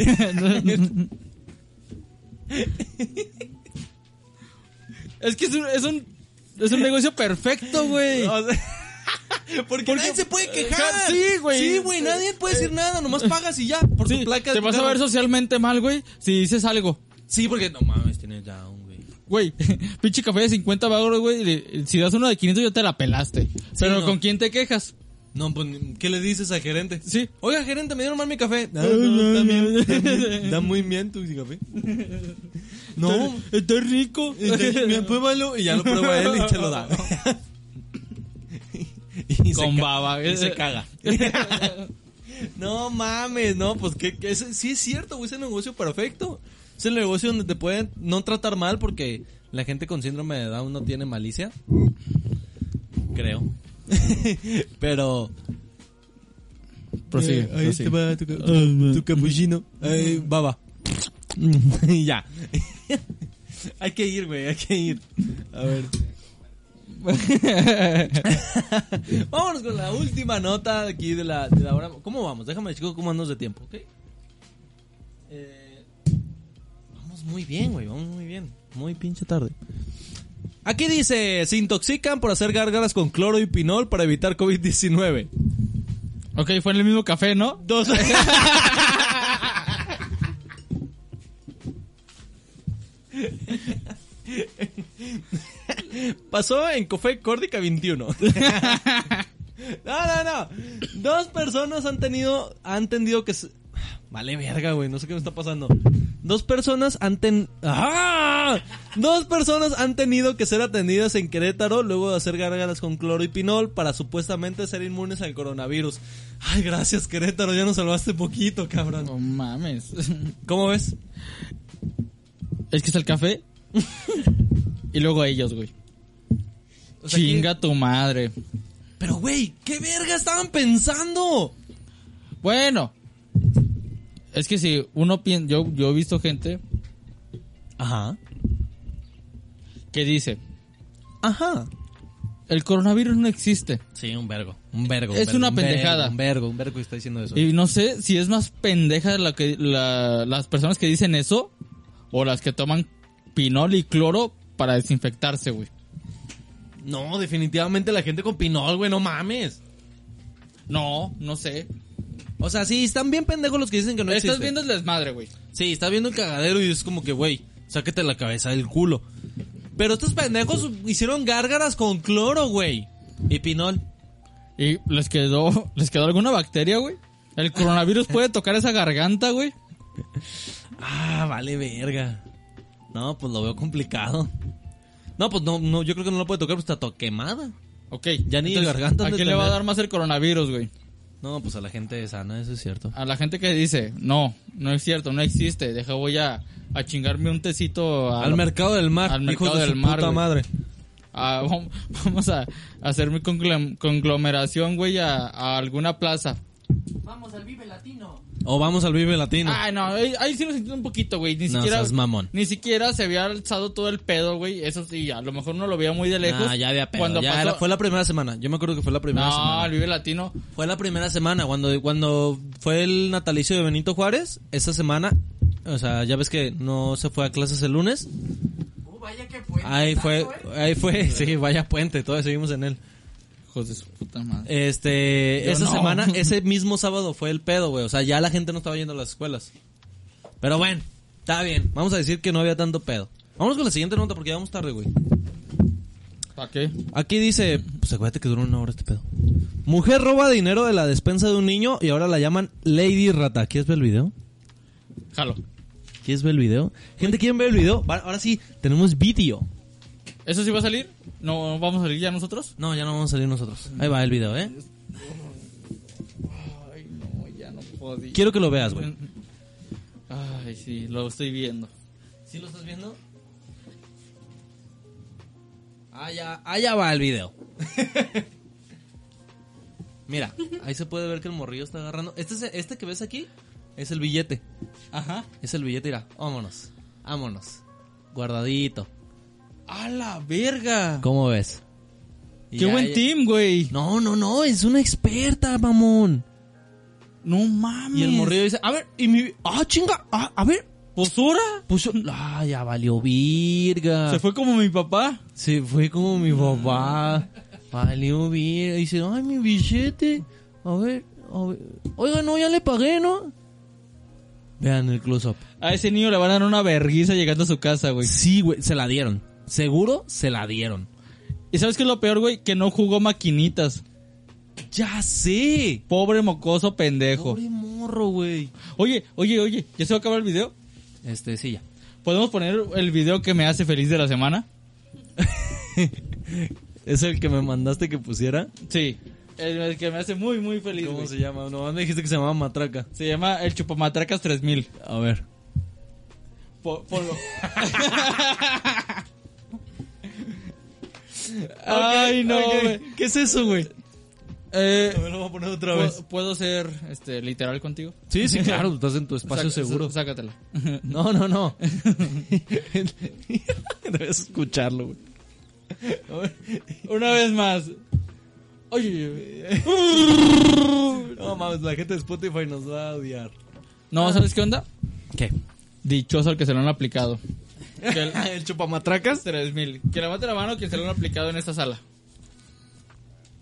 Speaker 2: es que es un, es un, es un negocio perfecto, güey.
Speaker 3: O sea, porque
Speaker 2: Porque-
Speaker 3: nadie se puede quejar.
Speaker 2: Ajá, sí, güey. Eh,
Speaker 3: Sí, güey, nadie puede decir nada, nomás pagas y ya por
Speaker 2: Sí,
Speaker 3: tu placa. de
Speaker 2: te
Speaker 3: tu
Speaker 2: vas a
Speaker 3: carro.
Speaker 2: ver socialmente mal, güey, si dices algo.
Speaker 3: Sí, porque no mames, tienes down, güey.
Speaker 2: Güey, pinche café de 50 bagros, güey. le- Si das uno de 500, yo te la pelaste. Pero
Speaker 3: no.
Speaker 2: ¿con quién te quejas?
Speaker 3: No, pues, ¿qué le dices al gerente?
Speaker 2: Sí.
Speaker 3: Oiga, gerente, me dieron mal mi café. No,
Speaker 2: no, no,
Speaker 3: está bien,
Speaker 2: no.
Speaker 3: está bien. Está muy bien tu café. No,
Speaker 2: Está- está rico.
Speaker 3: está- mira, pruébalo y ya lo prueba él y te lo da. Y se
Speaker 2: Con
Speaker 3: ca-
Speaker 2: baba.
Speaker 3: Y se caga. Eh, No mames, no, pues que, que ese- sí es cierto, güey, es el negocio perfecto. Es el negocio donde te pueden no tratar mal porque la gente con síndrome de Down no tiene malicia. Creo. Pero...
Speaker 2: Prosigue,
Speaker 3: Eh, ahí
Speaker 2: prosigue.
Speaker 3: te va tu, ca- tu- tu capuchino. Ahí, baba. Y ah. ya. hay que ir, güey, hay que ir. A ver. Vámonos con la última nota de aquí de la, de la hora. ¿Cómo vamos? Déjame, chico, cómo andamos de tiempo, ¿ok? Eh, vamos muy bien, güey, vamos muy bien. Muy pinche tarde. Aquí dice, se intoxican por hacer gárgaras con cloro y pinol para evitar COVID-19.
Speaker 2: Ok, fue en el mismo café, ¿no?
Speaker 3: Dos... Pasó en Café Córdica 21. No, no, no. Dos personas han tenido, han tenido que... se- Vale, verga, güey, no sé qué me está pasando. Dos personas han ten... ¡Ah! Dos personas han tenido que ser atendidas en Querétaro luego de hacer gárgaras con cloro y pinol para supuestamente ser inmunes al coronavirus. Ay, gracias Querétaro, ya nos salvaste poquito, cabrón.
Speaker 2: No mames.
Speaker 3: ¿Cómo ves?
Speaker 2: Es que es el café. y luego ellos, güey.
Speaker 3: O sea,
Speaker 2: Chinga tu madre.
Speaker 3: que- Pero, güey, ¿qué verga estaban pensando?
Speaker 2: Bueno. Es que si uno piensa, yo, yo he visto gente
Speaker 3: Ajá.
Speaker 2: que dice,
Speaker 3: Ajá.
Speaker 2: el coronavirus no existe.
Speaker 3: Sí, un vergo. Un vergo.
Speaker 2: Es una pendejada.
Speaker 3: Un vergo, un vergo está diciendo eso.
Speaker 2: Y no sé si es más pendeja la que, la- las personas que dicen eso o las que toman pinol y cloro para desinfectarse, güey.
Speaker 3: No, definitivamente la gente con pinol, güey, no mames.
Speaker 2: No, no sé.
Speaker 3: O sea, sí, están bien pendejos los que dicen que no
Speaker 2: Estás
Speaker 3: existe.
Speaker 2: viendo el desmadre, güey.
Speaker 3: Sí, estás viendo el cagadero y es como que, güey, sáquete la cabeza del culo. Pero estos pendejos hicieron gárgaras con cloro, güey. Y pinol.
Speaker 2: ¿Y les quedó, les quedó alguna bacteria, güey? ¿El coronavirus puede tocar esa garganta, güey?
Speaker 3: Ah, vale verga. No, pues lo veo complicado. No, pues no, no, yo creo que no lo puede tocar, pues está toda quemada.
Speaker 2: Ok.
Speaker 3: Ya ni
Speaker 2: entonces,
Speaker 3: garganta
Speaker 2: ¿A
Speaker 3: han de
Speaker 2: quién le va a
Speaker 3: tener.
Speaker 2: dar más el coronavirus, güey?
Speaker 3: No, pues a la gente sana, eso es cierto.
Speaker 2: A la gente que dice, no, no es cierto, no existe. Deja, voy a, a chingarme un tecito a-
Speaker 3: al mercado del mar,
Speaker 2: al
Speaker 3: hijos
Speaker 2: mercado
Speaker 3: de su
Speaker 2: del mar,
Speaker 3: puta
Speaker 2: güey.
Speaker 3: madre.
Speaker 2: a- vam- Ah, vamos a, a hacer mi conglom- conglomeración, güey, a, a alguna plaza.
Speaker 4: Vamos al Vive Latino.
Speaker 3: O vamos al Vive Latino.
Speaker 2: Ay, no, ahí, ahí sí nos sentimos un poquito, güey. Ni
Speaker 3: No
Speaker 2: siquiera.
Speaker 3: seas mamón.
Speaker 2: Ni siquiera se había alzado todo el pedo, güey. Eso sí, a lo mejor uno lo veía muy de lejos.
Speaker 3: Ah, ya había pedo.
Speaker 2: Cuando
Speaker 3: ya
Speaker 2: pasó-
Speaker 3: era- fue la primera semana. Yo me acuerdo que fue la primera
Speaker 2: no, el
Speaker 3: semana.
Speaker 2: Vive Latino.
Speaker 3: Fue la primera semana cuando cuando fue el natalicio de Benito Juárez, esa semana, o sea, ya ves que no se fue a clases el lunes.
Speaker 4: Uh, vaya que fue.
Speaker 3: Ahí fue,
Speaker 4: Tanto, ¿eh?
Speaker 3: ahí fue, sí, vaya puente, todavía seguimos en él.
Speaker 2: Hijos de su puta madre.
Speaker 3: Este,
Speaker 2: Yo
Speaker 3: esa
Speaker 2: no.
Speaker 3: semana, ese mismo sábado fue el pedo, güey. O sea, ya la gente no estaba yendo a las escuelas. Pero bueno, está bien. Vamos a decir que no había tanto pedo. Vamos con la siguiente nota porque ya vamos tarde, güey.
Speaker 2: ¿Para qué?
Speaker 3: Aquí dice, pues acuérdate que duró una hora este pedo. Mujer roba dinero de la despensa de un niño y ahora la llaman Lady Rata. ¿Quieres ver el video?
Speaker 2: Jalo.
Speaker 3: ¿Quieres ver el video? Gente, ¿quieren ver el video? Va- Ahora sí, tenemos vídeo.
Speaker 2: ¿Eso sí va a salir? ¿No vamos a salir ya nosotros?
Speaker 3: No, ya no vamos a salir nosotros. Ahí va el video, ¿eh?
Speaker 2: Ay, no, ya no podía.
Speaker 3: Quiero que lo veas, güey.
Speaker 2: Ay, sí, lo estoy viendo.
Speaker 3: ¿Sí lo estás viendo? Allá, allá ah, va el video. Mira, ahí se puede ver que el morrillo está agarrando. Este, es- este que ves aquí es el billete.
Speaker 2: Ajá.
Speaker 3: Es el billete, mira. Vámonos. Vámonos. Guardadito.
Speaker 2: ¡A la verga!
Speaker 3: ¿Cómo ves? Y
Speaker 2: ¡Qué
Speaker 3: ya-
Speaker 2: buen team, güey!
Speaker 3: No, no, no. Es una experta, mamón.
Speaker 2: No mames.
Speaker 3: Y el morrillo dice, a ver, y mi... Ah, chinga. Ah, a ver.
Speaker 2: ¿Postura?
Speaker 3: Puso... Ah, ya valió virga.
Speaker 2: Se fue como mi papá.
Speaker 3: Se fue como mi papá. Valió bien. Dice, ay, mi billete. A ver, a ver. Oiga, no, ya le pagué, ¿no? Vean el close-up.
Speaker 2: A ese niño le van a dar una verguiza llegando a su casa, güey.
Speaker 3: Sí, güey, se la dieron. Seguro se la dieron.
Speaker 2: ¿Y sabes qué es lo peor, güey? Que no jugó maquinitas.
Speaker 3: Ya sé.
Speaker 2: Pobre mocoso pendejo.
Speaker 3: Pobre morro, güey.
Speaker 2: Oye, oye, oye, ¿ya se va a acabar el video?
Speaker 3: Este, sí, ya.
Speaker 2: ¿Podemos poner el video que me hace feliz de la semana?
Speaker 3: ¿Es el que me mandaste que pusiera?
Speaker 2: Sí. El, el que me hace muy, muy feliz.
Speaker 3: ¿Cómo
Speaker 2: güey.
Speaker 3: se llama? No, me dijiste que se llamaba Matraca.
Speaker 2: Se llama El Chupamatracas 3000.
Speaker 3: A ver.
Speaker 2: Po- ponlo. Ay, no,
Speaker 3: Ok,
Speaker 2: güey.
Speaker 3: ¿Qué es eso, güey?
Speaker 2: Eh,
Speaker 3: A ver, lo voy a poner otra
Speaker 2: ¿puedo-
Speaker 3: vez.
Speaker 2: ¿Puedo ser este, literal contigo?
Speaker 3: Sí, sí, claro, estás en tu espacio
Speaker 2: Saca-
Speaker 3: seguro.
Speaker 2: sa- Sácatela.
Speaker 3: No, no, no. Debes escucharlo, güey. A ver.
Speaker 2: Una vez más. Oye.
Speaker 3: No mames, la gente de Spotify nos va a odiar.
Speaker 2: No, ¿sabes qué onda?
Speaker 3: Ah. ¿Qué?
Speaker 2: Dichoso al que se lo han aplicado. Que el,
Speaker 3: ¿El chupamatracas?
Speaker 2: 3000. Que levante la mano que se lo han aplicado en esta sala.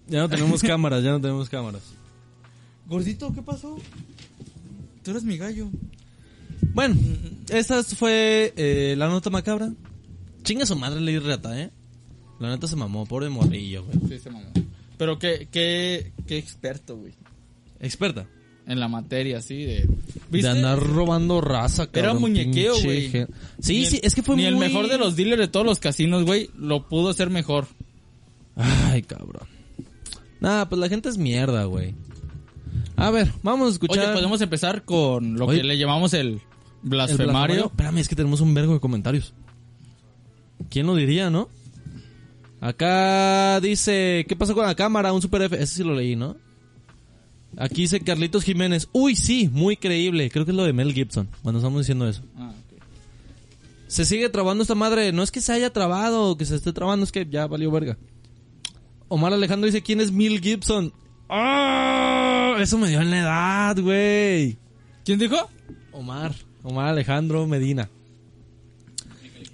Speaker 3: Ya no tenemos cámaras, ya no tenemos cámaras.
Speaker 2: Gordito, ¿qué pasó? Tú eres mi gallo.
Speaker 3: Bueno, esa fue eh, la nota macabra. Chinga su madre Ley Rata, ¿eh? La neta se mamó, pobre morrillo, güey.
Speaker 2: Sí, se mamó. Pero qué, qué, qué experto, güey.
Speaker 3: Experta.
Speaker 2: En la materia, sí, de...
Speaker 3: De andar robando raza, cabrón.
Speaker 2: Era muñequeo,
Speaker 3: pinche
Speaker 2: güey.
Speaker 3: gen- Sí,
Speaker 2: Ni el-
Speaker 3: sí, es que fue
Speaker 2: Ni el
Speaker 3: muy-
Speaker 2: mejor de los dealers de todos los casinos, güey, lo pudo hacer mejor.
Speaker 3: Ay, cabrón. Nah, pues la gente es mierda, güey. A ver, vamos a escuchar.
Speaker 2: Oye, podemos empezar con lo
Speaker 3: Oye.
Speaker 2: que le llamamos el
Speaker 3: el blasfemario?
Speaker 2: blasfemario.
Speaker 3: Espérame, es que tenemos un vergo de comentarios. ¿Quién lo diría, no? Acá dice, ¿qué pasó con la cámara? Un super F. Ese sí lo leí, ¿no? Aquí dice Carlitos Jiménez. Uy, sí, muy creíble. Creo que es lo de Mel Gibson, cuando estamos diciendo eso.
Speaker 2: Ah, ok.
Speaker 3: Se sigue trabando esta madre. No es que se haya trabado o que se esté trabando, es que ya valió verga. Omar Alejandro dice, ¿quién es Mel Gibson? ¡Ah! Eso me dio en la edad, güey.
Speaker 2: ¿Quién dijo?
Speaker 3: Omar. Omar Alejandro Medina.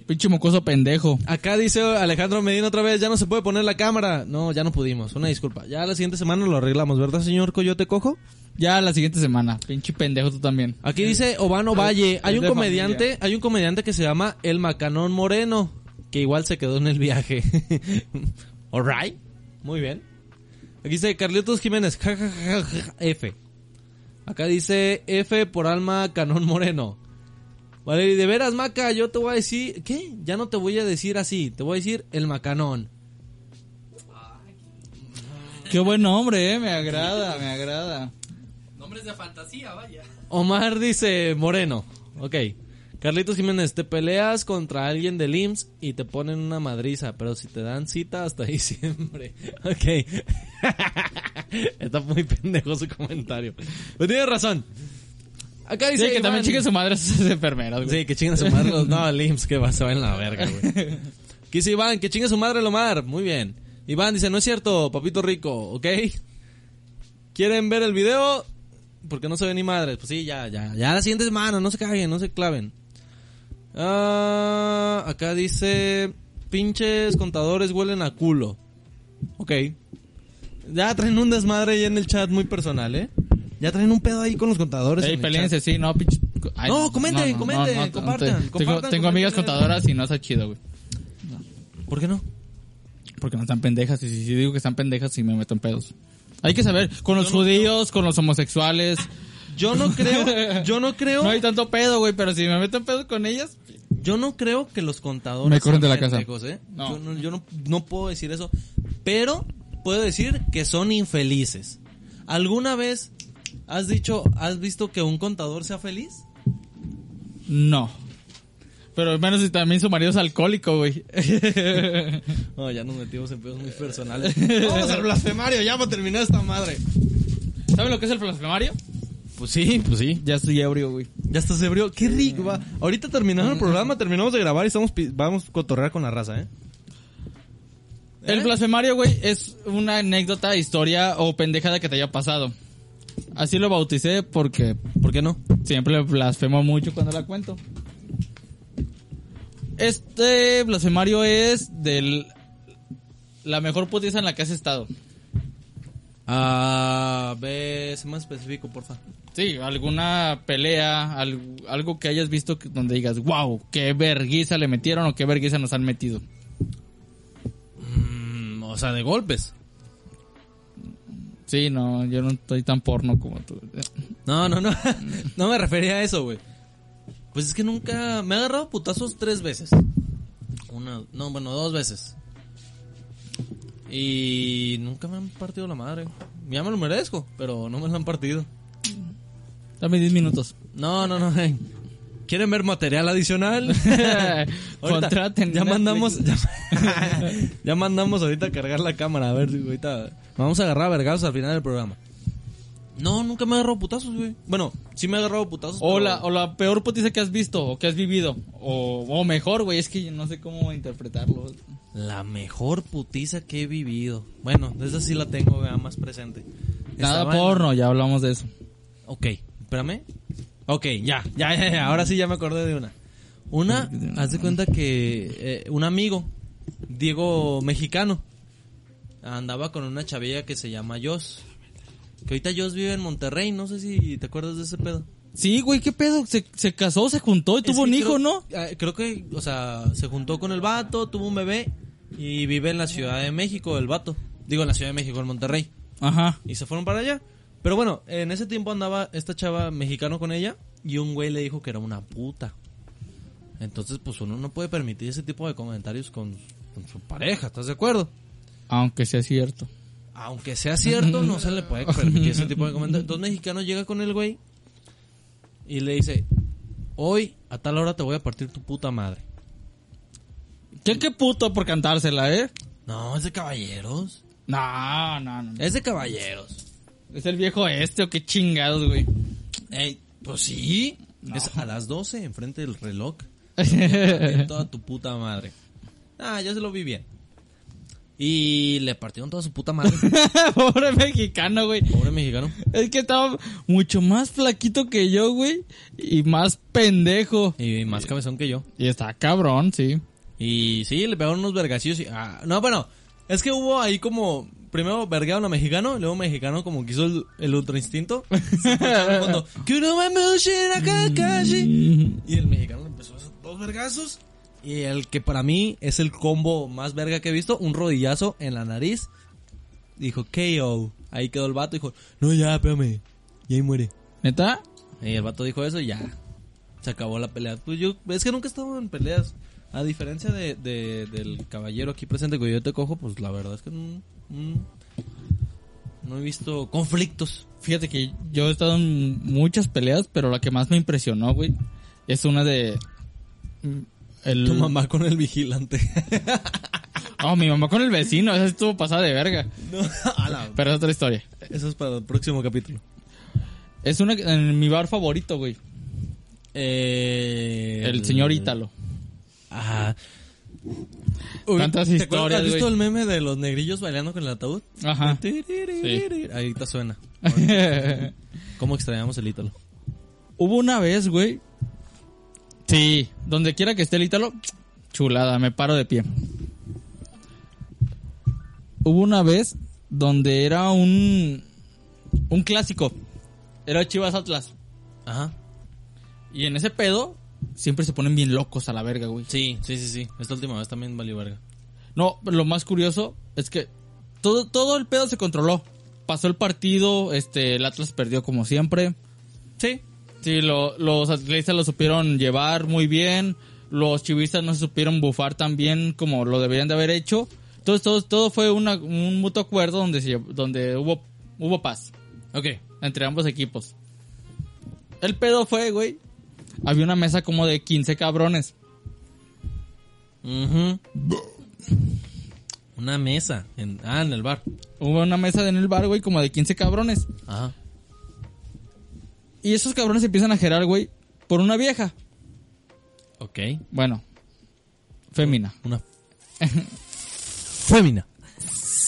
Speaker 2: Pinche mocoso pendejo.
Speaker 3: Acá dice Alejandro Medina otra vez, ya no se puede poner la cámara. No, ya no pudimos. Una disculpa. Ya la siguiente semana lo arreglamos, ¿verdad, señor Coyote Cojo?
Speaker 2: Ya la siguiente semana. Pinche pendejo tú también.
Speaker 3: Aquí dice Obano Valle. Hay
Speaker 2: es
Speaker 3: un
Speaker 2: de
Speaker 3: comediante,
Speaker 2: familia.
Speaker 3: hay un comediante que se llama El Macanón Moreno, que igual se quedó en el viaje. Alright. Muy bien. Aquí dice Carlitos Jiménez. ja, ja, ja, ja, ja, F. Acá dice F por alma Canón Moreno. Valeria, de veras, Maca, yo te voy a decir. ¿Qué? Ya no te voy a decir así. Te voy a decir el Macanón.
Speaker 2: Qué buen hombre, eh. Me agrada, me agrada.
Speaker 4: Nombres de fantasía, vaya.
Speaker 3: Omar dice Moreno. Ok. Carlitos Jiménez, te peleas contra alguien del IMSS y te ponen una madriza, pero si te dan cita hasta diciembre. Ok. Está muy pendejo su comentario. Pero tienes razón. Acá
Speaker 2: Sí,
Speaker 3: dice
Speaker 2: que también
Speaker 3: Iván-
Speaker 2: chique su madre a esas enfermeras, güey.
Speaker 3: Sí, que chinguen a su madre los... No, el IMSS, que va, se va en la verga, güey. Que dice Iván, que chingue a su madre el Omar. Muy bien. Iván dice, no es cierto, papito rico, ¿ok? ¿Quieren ver el video? Porque no se ve ni madre. Pues sí, ya, ya. Ya la siguiente semana, no se caguen, no se claven. Ah, acá dice, pinches contadores huelen a culo. Ok. Ya traen un desmadre ahí en el chat muy personal, ¿eh? Ya traen un pedo ahí con los contadores.
Speaker 2: Ey,
Speaker 3: en el
Speaker 2: peléense, sí, no, pinche. Ay,
Speaker 3: No, comenten,
Speaker 2: te-
Speaker 3: comenten, compartan, compartan,
Speaker 2: tengo,
Speaker 3: compartan.
Speaker 2: tengo amigas contadoras y no está chido, güey.
Speaker 3: chat. ¿Por qué no?
Speaker 2: Porque no están pendejas. Y si, si digo que están pendejas, sí me meto en pedos. Hay que saber, con los judíos, con los homosexuales.
Speaker 3: Yo no creo, yo no creo,
Speaker 2: No hay tanto pedo, güey, pero si me meto en pedos con ellas.
Speaker 3: yo no creo que los contadores
Speaker 2: Me corren de
Speaker 3: sean
Speaker 2: la casa.
Speaker 3: pendejos, ¿eh?
Speaker 2: No.
Speaker 3: Yo, no, yo no- no puedo decir eso, pero puedo decir que son infelices. ¿Alguna vez has dicho, has visto que un contador sea feliz?
Speaker 2: No. Pero menos si también su marido es alcohólico, güey.
Speaker 3: No, ya nos metimos en pedos muy personales. Vamos al blasfemario, ya para terminar esta madre.
Speaker 2: ¿Saben lo que es el blasfemario?
Speaker 3: Pues sí, pues sí.
Speaker 2: Ya estoy ebrio, güey.
Speaker 3: Ya estás ebrio. Qué rico, va. Ahorita terminamos el programa, terminamos de grabar y estamos pi- vamos a cotorrear con la raza, ¿eh?
Speaker 2: El blasfemario, güey, es una anécdota, historia o pendejada que te haya pasado. Así lo bauticé porque
Speaker 3: ¿Por qué no?
Speaker 2: siempre blasfemo mucho cuando la cuento. Este blasfemario es del la mejor putiza en la que has estado.
Speaker 3: Ah, ve, sé más específico, porfa.
Speaker 2: Sí, alguna pelea, al- algo que hayas visto que- donde digas, wow, qué verguiza le metieron o qué verguiza nos han metido.
Speaker 3: Mm, o sea, de golpes.
Speaker 2: Sí, no, yo no estoy tan porno como tú.
Speaker 3: No, no, no. No me refería a eso, güey. Pues es que nunca. Me he agarrado putazos tres veces. Una. No, bueno, dos veces. Y nunca me han partido la madre. Ya me lo merezco, pero no me lo han partido.
Speaker 2: Dame 10 minutos.
Speaker 3: No, no, no. eh. ¿Quieren ver material adicional? Ahorita,
Speaker 2: Contraten.
Speaker 3: Ya
Speaker 2: Netflix.
Speaker 3: mandamos. Ya, ya mandamos ahorita a cargar la cámara. A ver, si ahorita. Vamos a agarrar a vergazos al final del programa. No, nunca me he agarrado putazos, güey. Bueno, sí me he agarrado putazos.
Speaker 2: O
Speaker 3: pero-
Speaker 2: la, o la peor putiza que has visto o que has vivido. O, o mejor, güey, es que yo no sé cómo interpretarlo.
Speaker 3: La mejor putiza que he vivido. Bueno, esa sí la tengo vea, más presente.
Speaker 2: Nada
Speaker 3: Estaba en-
Speaker 2: porno, ya hablamos de eso.
Speaker 3: Ok, espérame. Ok, ya, ya, ya, ya, ahora sí ya me acordé de una. Una, haz de cuenta que eh, un amigo, Diego mexicano, andaba con una chavilla que se llama Jos. Que ahorita Jos vive en Monterrey, no sé si te acuerdas de ese pedo.
Speaker 2: Sí, güey, ¿qué pedo? Se, se casó, se juntó y
Speaker 3: Es
Speaker 2: tuvo
Speaker 3: que
Speaker 2: un hijo,
Speaker 3: creo-
Speaker 2: ¿no?
Speaker 3: eh, creo que, o sea, se juntó con el vato, tuvo un bebé y vive en la Ciudad de México el vato. Digo, en la Ciudad de México, en Monterrey.
Speaker 2: Ajá.
Speaker 3: Y se fueron para allá. Pero bueno, en ese tiempo andaba esta chava mexicano con ella y un güey le dijo que era una puta. Entonces, pues uno no puede permitir ese tipo de comentarios con, con su pareja, ¿estás de acuerdo?
Speaker 2: Aunque sea cierto.
Speaker 3: Aunque sea cierto, no se le puede permitir ese tipo de comentarios. Entonces, mexicano llega con el güey y le dice, hoy a tal hora te voy a partir tu puta madre.
Speaker 2: ¿Qué, qué puto por cantársela, eh?
Speaker 3: No, es de caballeros.
Speaker 2: No, no, no.
Speaker 3: Es de caballeros.
Speaker 2: ¿Es el viejo este o qué chingados, güey?
Speaker 3: Ey, pues sí. Es a las 12 enfrente del reloj.
Speaker 2: Ajá.
Speaker 3: En toda tu puta madre. Ah, yo se lo vi bien. Y le partieron toda su puta madre.
Speaker 2: Pobre mexicano, güey.
Speaker 3: Pobre mexicano.
Speaker 2: Es que estaba mucho más flaquito que yo, güey. Y más pendejo.
Speaker 3: Y más cabezón que yo.
Speaker 2: Y está cabrón, sí.
Speaker 3: Y sí, le pegaron unos vergacillos y... ah, no, bueno. Es que hubo ahí como... Primero vergaron a mexicano, luego mexicano como quiso el, el ultra instinto. Se puso en el fondo, "Quiero verme usar a Kakashi". Y el mexicano le empezó a hacer dos vergazos. Y el que para mí es el combo más verga que he visto, un rodillazo en la nariz. Dijo KO. Ahí quedó el vato, dijo, no ya, espérame. Y ahí muere.
Speaker 2: ¿Neta?
Speaker 3: Y el vato dijo eso y ya. Se acabó la pelea. Pues yo, es que nunca he estado en peleas. A diferencia de, de- del caballero aquí presente que yo te cojo, pues la verdad es que no, no, no he visto conflictos.
Speaker 2: Fíjate que yo he estado en muchas peleas, pero la que más me impresionó, güey, es una de... El...
Speaker 3: Tu mamá con el vigilante.
Speaker 2: Oh, mi mamá con el vecino, esa estuvo pasada de verga.
Speaker 3: No, ala,
Speaker 2: Pero es otra historia.
Speaker 3: eso es para el próximo capítulo.
Speaker 2: Es una en mi bar favorito, güey.
Speaker 3: Eh,
Speaker 2: El señor Ítalo.
Speaker 3: Ajá.
Speaker 2: Tantas
Speaker 3: ¿te acuerdas-
Speaker 2: historias,
Speaker 3: ¿Has visto
Speaker 2: güey.
Speaker 3: el meme de los negrillos bailando con el ataúd?
Speaker 2: Ajá.
Speaker 3: Ahí te suena. ¿Cómo extrañamos el Ítalo?
Speaker 2: Hubo una vez, güey. Sí, donde quiera que esté el Ítalo, chulada, me paro de pie. Hubo una vez donde era un un clásico. Era Chivas Atlas.
Speaker 3: Ajá.
Speaker 2: Y en ese pedo siempre se ponen bien locos a la verga, güey.
Speaker 3: Sí, sí, sí, sí. Esta última vez también valió verga.
Speaker 2: No, lo más curioso es que todo, todo el pedo se controló. Pasó el partido, este, el Atlas perdió como siempre.
Speaker 3: Sí.
Speaker 2: Sí, lo- los atletas lo supieron llevar muy bien. Los chivistas no se supieron bufar tan bien como lo deberían de haber hecho. Entonces todo, todo fue una- un mutuo acuerdo donde, se, donde hubo, hubo paz
Speaker 3: Ok.
Speaker 2: entre ambos equipos. El pedo fue, güey. Había una mesa como de 15 cabrones.
Speaker 3: Ujú. Una mesa. en- ah, en el bar.
Speaker 2: Hubo una mesa en el bar, güey, como de 15 cabrones.
Speaker 3: Ajá.
Speaker 2: Y esos cabrones empiezan a gerar, güey, por una vieja.
Speaker 3: Ok.
Speaker 2: Bueno, fémina.
Speaker 3: Una fémina.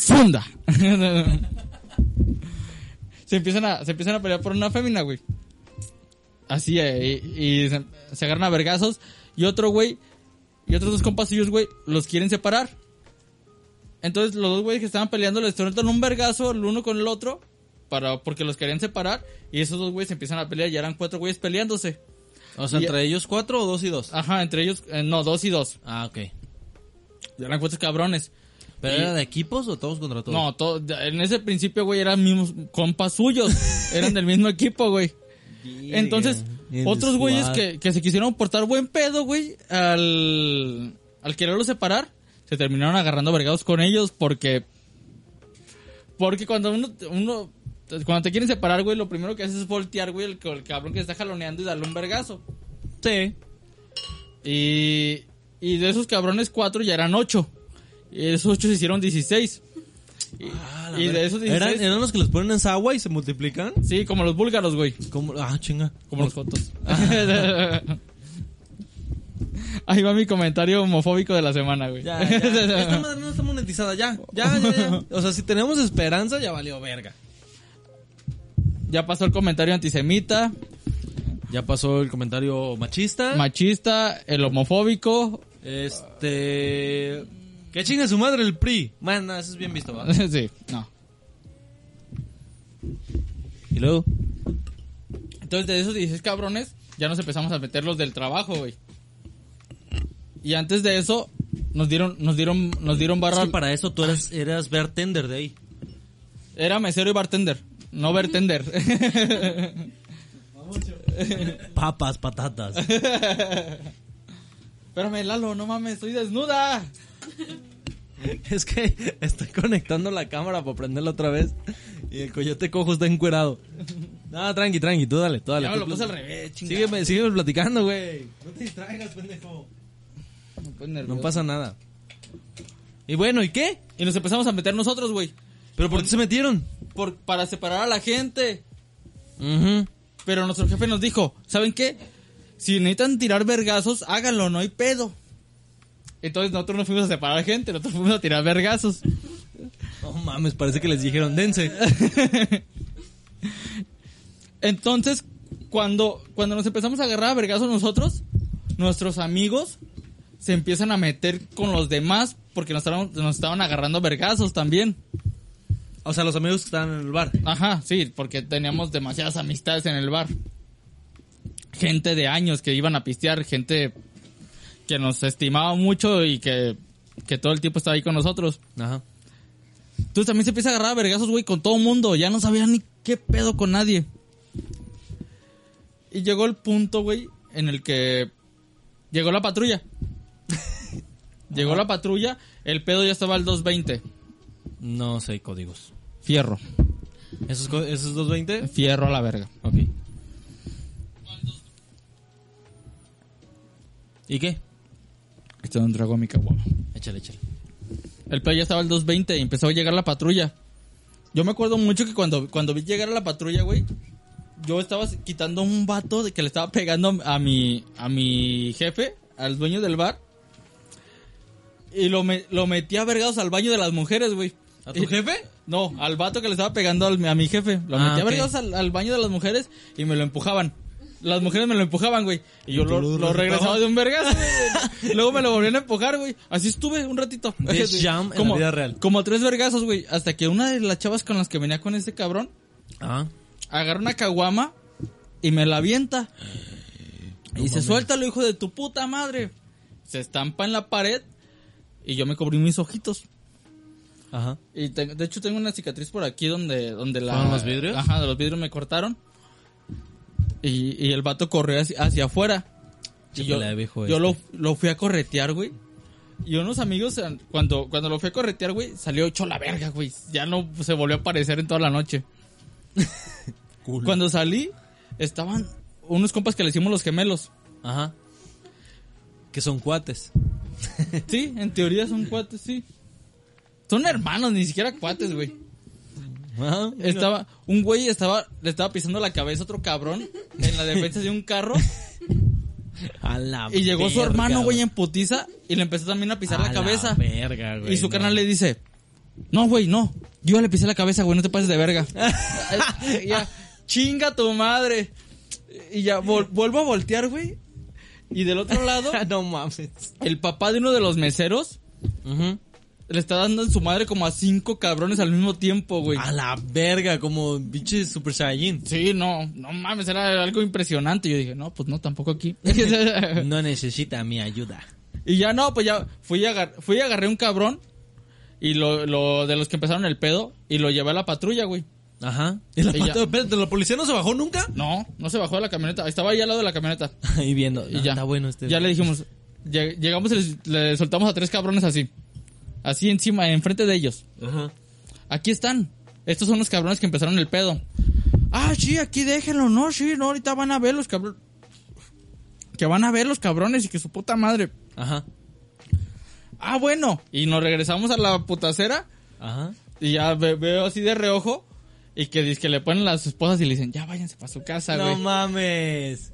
Speaker 2: funda. se, empiezan a, se empiezan a pelear por una fémina, güey. Así, eh, y, y se, se agarran a vergazos. Y otro, güey, y otros dos compas suyos, güey, los quieren separar. Entonces, los dos güeyes que estaban peleando les sueltan un vergazo el uno con el otro. Para, porque los querían separar. Y esos dos güeyes se empiezan a pelear. Y eran cuatro güeyes peleándose.
Speaker 3: O sea,
Speaker 2: Y-
Speaker 3: entre ellos cuatro o dos y dos.
Speaker 2: Ajá, entre ellos, eh, no, dos y dos.
Speaker 3: Ah, ok.
Speaker 2: Eran cuatro cabrones.
Speaker 3: ¿Pero
Speaker 2: Y-
Speaker 3: era de equipos o todos contra todos?
Speaker 2: No, todo- en ese principio, güey, eran mismos compas suyos. eran del mismo equipo, güey. Entonces,
Speaker 3: El
Speaker 2: otros güeyes
Speaker 3: squad.
Speaker 2: que, que se quisieron portar buen pedo, güey, al, al quererlo separar, se terminaron agarrando vergados con ellos porque... Porque cuando uno, uno cuando te quieren separar, güey, lo primero que haces es voltear, güey, el, el cabrón que está jaloneando y darle un vergazo.
Speaker 3: Sí.
Speaker 2: Y, y de esos cabrones, cuatro ya eran ocho. Y esos ocho se hicieron 16. Y, y de esos 16...
Speaker 3: Ah, ¿Eran, eran los que los ponen en Sawa y se multiplican.
Speaker 2: Sí, como los búlgaros, güey.
Speaker 3: ¿Cómo? Ah, chinga.
Speaker 2: Como los fotos. Ahí va mi comentario homofóbico de la semana, güey.
Speaker 3: Ya, ya. Esta madre no está monetizada, ya. Ya, ya, ya. O sea, si tenemos esperanza, ya valió verga.
Speaker 2: Ya pasó el comentario antisemita,
Speaker 3: Ya pasó el comentario machista.
Speaker 2: machista, el homofóbico.
Speaker 3: este. Que chinga su madre el PRI. Man, no, eso es bien visto, ¿va?
Speaker 2: sí, no.
Speaker 3: Y luego.
Speaker 2: Entonces, de esos 16 cabrones, ya nos empezamos a meter los del trabajo, güey. Y antes de eso, nos dieron, nos dieron, nos dieron
Speaker 3: Es
Speaker 2: barra.
Speaker 3: que para eso tú eras, eras bartender de ahí.
Speaker 2: Era mesero y bartender, no bartender.
Speaker 3: Papas, patatas.
Speaker 2: Espérame, Lalo, no mames, estoy desnuda.
Speaker 3: Es que estoy conectando la cámara para prenderla otra vez. Y el coyote cojo está encuerado. No, tranqui, tranqui, tú dale, tú dale.
Speaker 2: Ya me
Speaker 3: Tú
Speaker 2: lo
Speaker 3: pl-
Speaker 2: puse al revés, chingada.
Speaker 3: Sígueme, sígueme platicando, güey. No te distraigas, pendejo.
Speaker 2: Estoy
Speaker 3: No
Speaker 2: nervioso.
Speaker 3: pasa nada. Y bueno, ¿y qué?
Speaker 2: Y nos empezamos a meter nosotros, güey.
Speaker 3: ¿Pero por qué se metieron?
Speaker 2: por- para separar a la gente.
Speaker 3: Ujú.
Speaker 2: Pero nuestro jefe nos dijo, ¿saben qué? Si necesitan tirar vergazos, háganlo, no hay pedo. Entonces nosotros no fuimos a separar gente, nosotros fuimos a tirar vergazos.
Speaker 3: No mames, parece que les dijeron, dense.
Speaker 2: Entonces, cuando, cuando nos empezamos a agarrar a vergazos nosotros, nuestros amigos se empiezan a meter con los demás porque nos estaban, nos estaban agarrando a vergazos también.
Speaker 3: O sea, los amigos que estaban en el bar.
Speaker 2: Ajá, sí, porque teníamos demasiadas amistades en el bar. Gente de años que iban a pistear, gente que nos estimaba mucho y que, que todo el tiempo estaba ahí con nosotros.
Speaker 3: Ajá.
Speaker 2: Entonces también se empieza a agarrar a vergazos, güey, con todo mundo. Ya no sabía ni qué pedo con nadie. Y llegó el punto, güey, en el que llegó la patrulla. llegó la patrulla, el pedo ya estaba al 220.
Speaker 3: No sé códigos.
Speaker 2: Fierro,
Speaker 3: ¿Esos, co- esos 220?
Speaker 2: fierro a la verga.
Speaker 3: Ok. ¿Y qué?
Speaker 2: Esto Este es un trago a mi caguama.
Speaker 3: Échale, échale.
Speaker 2: El pedo ya estaba al 220 y empezó a llegar la patrulla. Yo me acuerdo mucho que cuando, cuando vi llegar a la patrulla, güey, yo estaba quitando un vato de que le estaba pegando a mi, a mi jefe, al dueño del bar. Y lo, me- lo metí a vergados al baño de las mujeres, güey.
Speaker 3: ¿A tu
Speaker 2: Y-
Speaker 3: jefe?
Speaker 2: No, al vato que le estaba pegando al- a mi jefe. Lo
Speaker 3: Ah,
Speaker 2: metí a
Speaker 3: ok.
Speaker 2: vergados al, al baño de las mujeres y me lo empujaban. Las mujeres me lo empujaban, güey. Y yo
Speaker 3: ¿Y tú
Speaker 2: lo,
Speaker 3: lo
Speaker 2: lo regresaba
Speaker 3: reventabas?
Speaker 2: de un vergazo, güey. Luego me lo volvían a empujar, güey. Así estuve un ratito.
Speaker 3: Death Jam en la vida real.
Speaker 2: Como tres vergazos, güey. Hasta que una de las chavas con las que venía con este cabrón
Speaker 3: Ah.
Speaker 2: agarra una caguama y me la avienta. y se suelta lo hijo de tu puta madre. Se estampa en la pared y yo me cubrí mis ojitos.
Speaker 3: Ajá.
Speaker 2: Y te- de hecho tengo una cicatriz por aquí donde, donde la...
Speaker 3: ¿Fueron los vidrios?
Speaker 2: Ajá, de los vidrios me cortaron. Y, y el vato corrió hacia, hacia afuera. Y yo,
Speaker 3: Chapulá, viejo
Speaker 2: yo
Speaker 3: este.
Speaker 2: lo, lo fui a corretear, güey. Y unos amigos, eh, cuando, cuando lo fui a corretear, güey, salió hecho la verga, güey. Ya no se volvió a aparecer en toda la noche. Cuando salí, estaban unos compas que le hicimos los gemelos.
Speaker 3: Ajá. Que son cuates.
Speaker 2: Sí, en teoría son cuates, sí. Son hermanos, ni siquiera cuates, güey.
Speaker 3: Ah, mira.
Speaker 2: Estaba, un güey estaba, le estaba pisando la cabeza a otro cabrón en la defensa de un carro.
Speaker 3: A la
Speaker 2: Y llegó su
Speaker 3: verga,
Speaker 2: hermano, güey, en putiza y le empezó también a pisar
Speaker 3: A
Speaker 2: la cabeza.
Speaker 3: verga, güey,
Speaker 2: y su
Speaker 3: no.
Speaker 2: carnal le dice, no, güey, no. Yo ya le pisé la cabeza, güey, no te pases de verga. Y ya, chinga tu madre. Y ya, vol- vuelvo a voltear, güey. Y del otro lado,
Speaker 3: no mames.
Speaker 2: el papá de uno de los meseros le está dando en su madre como a cinco cabrones al mismo tiempo, güey.
Speaker 3: A la verga, como pinche Super Saiyajin.
Speaker 2: Sí, no, no mames, era algo impresionante. Yo dije, no, pues no, tampoco aquí.
Speaker 3: No necesita mi ayuda.
Speaker 2: Y ya no, pues ya fui y, agar- fui y agarré un cabrón. Y lo, lo de los que empezaron el pedo. Y lo llevé a la patrulla, güey.
Speaker 3: Ajá. Y la,
Speaker 2: Y ya.
Speaker 3: pata- espérate, ¿la policía no se bajó nunca?
Speaker 2: No, no se bajó de la camioneta. Estaba ahí al lado de la camioneta.
Speaker 3: Ahí viendo.
Speaker 2: Y
Speaker 3: Ah,
Speaker 2: ya.
Speaker 3: Está bueno este.
Speaker 2: Ya le dijimos. lleg- Llegamos y les- le soltamos a tres cabrones así. Así encima, enfrente de ellos.
Speaker 3: Ajá.
Speaker 2: Aquí están. Estos son los cabrones que empezaron el pedo. Ah, sí, aquí déjenlo. No, sí, no, ahorita van a ver los cabrones. Que van a ver los cabrones y que su puta madre.
Speaker 3: Ajá.
Speaker 2: Ah, bueno. Y nos regresamos a la putacera.
Speaker 3: Ajá.
Speaker 2: Y ya ve- veo así de reojo. Y que dice que le ponen las esposas y le dicen, ya váyanse para su casa,
Speaker 3: No
Speaker 2: güey.
Speaker 3: mames.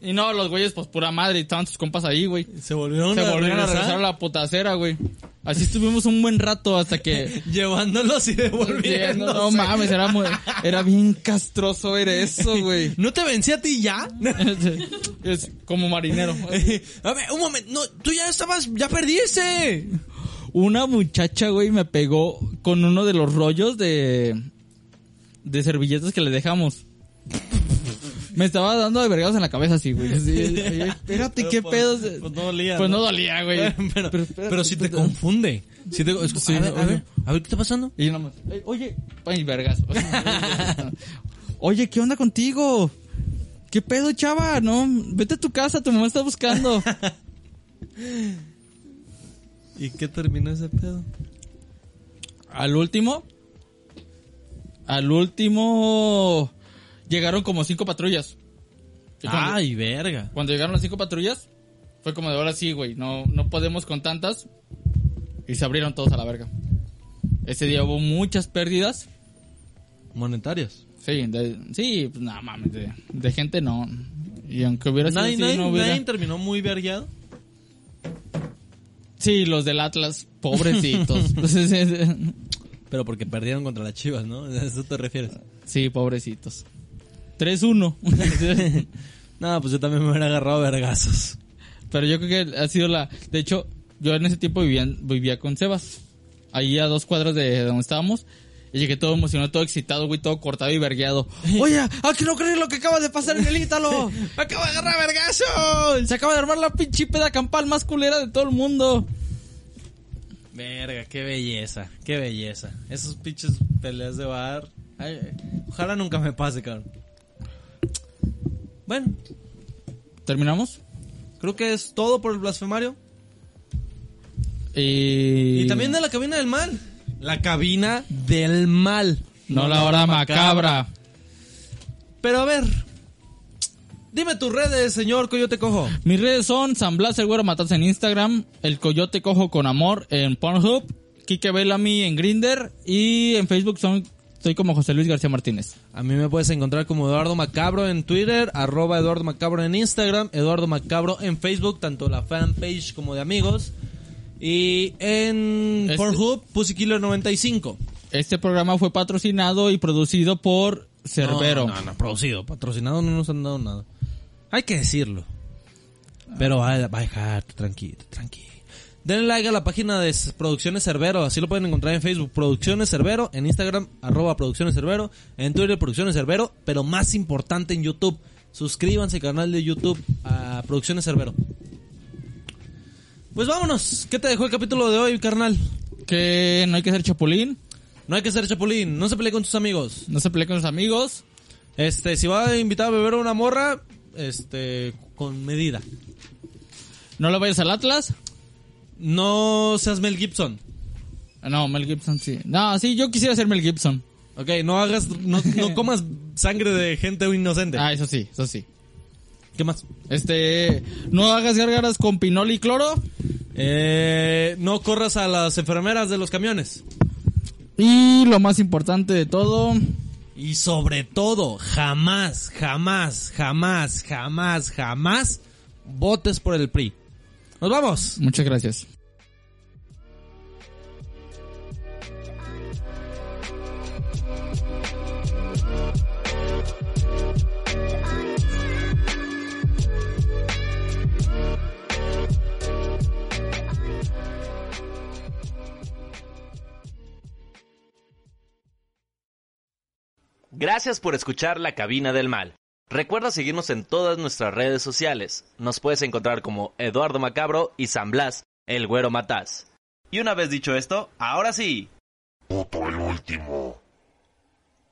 Speaker 2: y no, los güeyes, pues pura madre, y estaban sus compas ahí, güey.
Speaker 3: Se volvieron,
Speaker 2: Se
Speaker 3: a,
Speaker 2: volvieron a
Speaker 3: regresar,
Speaker 2: regresar a la putacera, güey. Así estuvimos un buen rato hasta que.
Speaker 3: llevándolos y
Speaker 2: no,
Speaker 3: devolviéndolos.
Speaker 2: no mames, era, muy- era bien castroso, era eso, güey.
Speaker 3: ¿No te vencí a ti ya?
Speaker 2: Es como marinero.
Speaker 3: Eh, a ver, un momento. No, tú ya estabas, ya perdiste.
Speaker 2: Una muchacha, güey, me pegó con uno de los rollos de. de servilletas que le dejamos. Me estaba dando de vergados en la cabeza así, güey. Así, ay, ay, espérate, qué pedos.
Speaker 3: Pues, no dolía.
Speaker 2: Pues no dolía, güey.
Speaker 3: pero,
Speaker 2: espérate,
Speaker 3: pero si te
Speaker 2: espérate.
Speaker 3: confunde. Si te, es-
Speaker 2: Sí,
Speaker 3: a, ver, a,
Speaker 2: oye.
Speaker 3: ver, a ver, ¿qué está pasando?
Speaker 2: Y nada más, "Ey, oye, ay, vergas. oye, ¿qué onda contigo? ¿Qué pedo, chava? No, vete a tu casa, tu mamá está buscando.
Speaker 3: ¿Y qué terminó ese pedo?
Speaker 2: Al último. Al último. Llegaron como cinco patrullas. Y cuando,
Speaker 3: Ay, verga.
Speaker 2: cuando llegaron las cinco patrullas, fue como de ahora sí, güey. No, no podemos con tantas. Y se abrieron todos a la verga. Ese día hubo muchas pérdidas.
Speaker 3: Monetarias.
Speaker 2: Sí, de- sí, pues nada mames. De, de gente no. Y aunque hubiera sido
Speaker 3: Nadie,
Speaker 2: así,
Speaker 3: nadie-
Speaker 2: no hubiera-
Speaker 3: nadie terminó muy vergueado.
Speaker 2: Sí, los del Atlas, pobrecitos. Sí, sí, sí.
Speaker 3: Pero porque perdieron contra las chivas, ¿no? ¿A eso te refieres?
Speaker 2: sí, pobrecitos. 3-1.
Speaker 3: No, pues yo también me hubiera agarrado a vergazos.
Speaker 2: Pero yo creo que ha sido la... De hecho, yo en ese tiempo vivía, vivía con Sebas. Ahí a dos cuadras de donde estábamos. Y llegué todo emocionado, todo excitado, güey, todo cortado y vergueado. Oye, ¿a que no crees lo que acaba de pasar en el Ítalo?
Speaker 3: ¡Me acabo de agarrar a vergazos!
Speaker 2: Se acaba de armar la pinche peda campal más culera de todo el mundo.
Speaker 3: Verga, qué belleza, qué belleza. Esos pinches peleas de bar. Ay, ojalá nunca me pase, cabrón. Bueno,
Speaker 2: ¿Terminamos?
Speaker 3: creo que es todo por el blasfemario.
Speaker 2: Y...
Speaker 3: Y también de la cabina del mal. La cabina del mal.
Speaker 2: No la hora macabra.
Speaker 3: Pero a ver. Dime tus redes, señor Coyote Cojo.
Speaker 2: Mis redes son San Blas el Güero Matanza en Instagram, El Coyote Cojo con Amor en Pornhub, Kike Bellamy en Grinder y en Facebook son, soy como José Luis García Martínez.
Speaker 3: A mí me puedes encontrar como Eduardo Macabro en Twitter, arroba Eduardo Macabro en Instagram, Eduardo Macabro en Facebook, tanto la fanpage como de amigos. Y en
Speaker 2: Este-
Speaker 3: Pornhub, Pusykiller95.
Speaker 2: Este programa fue patrocinado y producido por Cerbero.
Speaker 3: No, no, no, producido, patrocinado no nos han dado nada. Hay que decirlo. Pero va, va a dejar, tranquilo, tranquilo. Denle like a la página de S- Producciones Cerbero, así lo pueden encontrar en Facebook, Producciones Cerbero, en Instagram, arroba Producciones Cerbero, en Twitter, Producciones Cerbero, pero más importante en YouTube, suscríbanse al canal de YouTube a Producciones Cerbero. Pues vámonos, ¿qué te dejó el capítulo de hoy, carnal?
Speaker 2: Que no hay que ser chapulín,
Speaker 3: No hay que ser chapulín, no se pelee con tus amigos.
Speaker 2: no se pelee con los amigos.
Speaker 3: Este, si va a invitar a beber a una morra, este, con medida.
Speaker 2: No le vayas al Atlas.
Speaker 3: No seas Mel Gibson.
Speaker 2: Ah, No, Mel Gibson sí. No, sí, yo quisiera ser Mel Gibson.
Speaker 3: Ok, no hagas, no, no comas sangre de gente inocente.
Speaker 2: Ah, eso sí, eso sí.
Speaker 3: ¿Qué más?
Speaker 2: Este, no hagas gárgaras con pinol y cloro.
Speaker 3: Eh, no corras a las enfermeras de los camiones.
Speaker 2: Y lo más importante de todo,
Speaker 3: Y sobre todo, jamás, jamás, jamás, jamás, jamás votes por el PRI. Nos vamos.
Speaker 2: muchas gracias.
Speaker 5: Gracias por escuchar La Cabina del Mal. Recuerda seguirnos en todas nuestras redes sociales. Nos puedes encontrar como Eduardo Macabro y San Blas, el Güero Mataz. Y una vez dicho esto, ahora sí,
Speaker 1: Puto el último.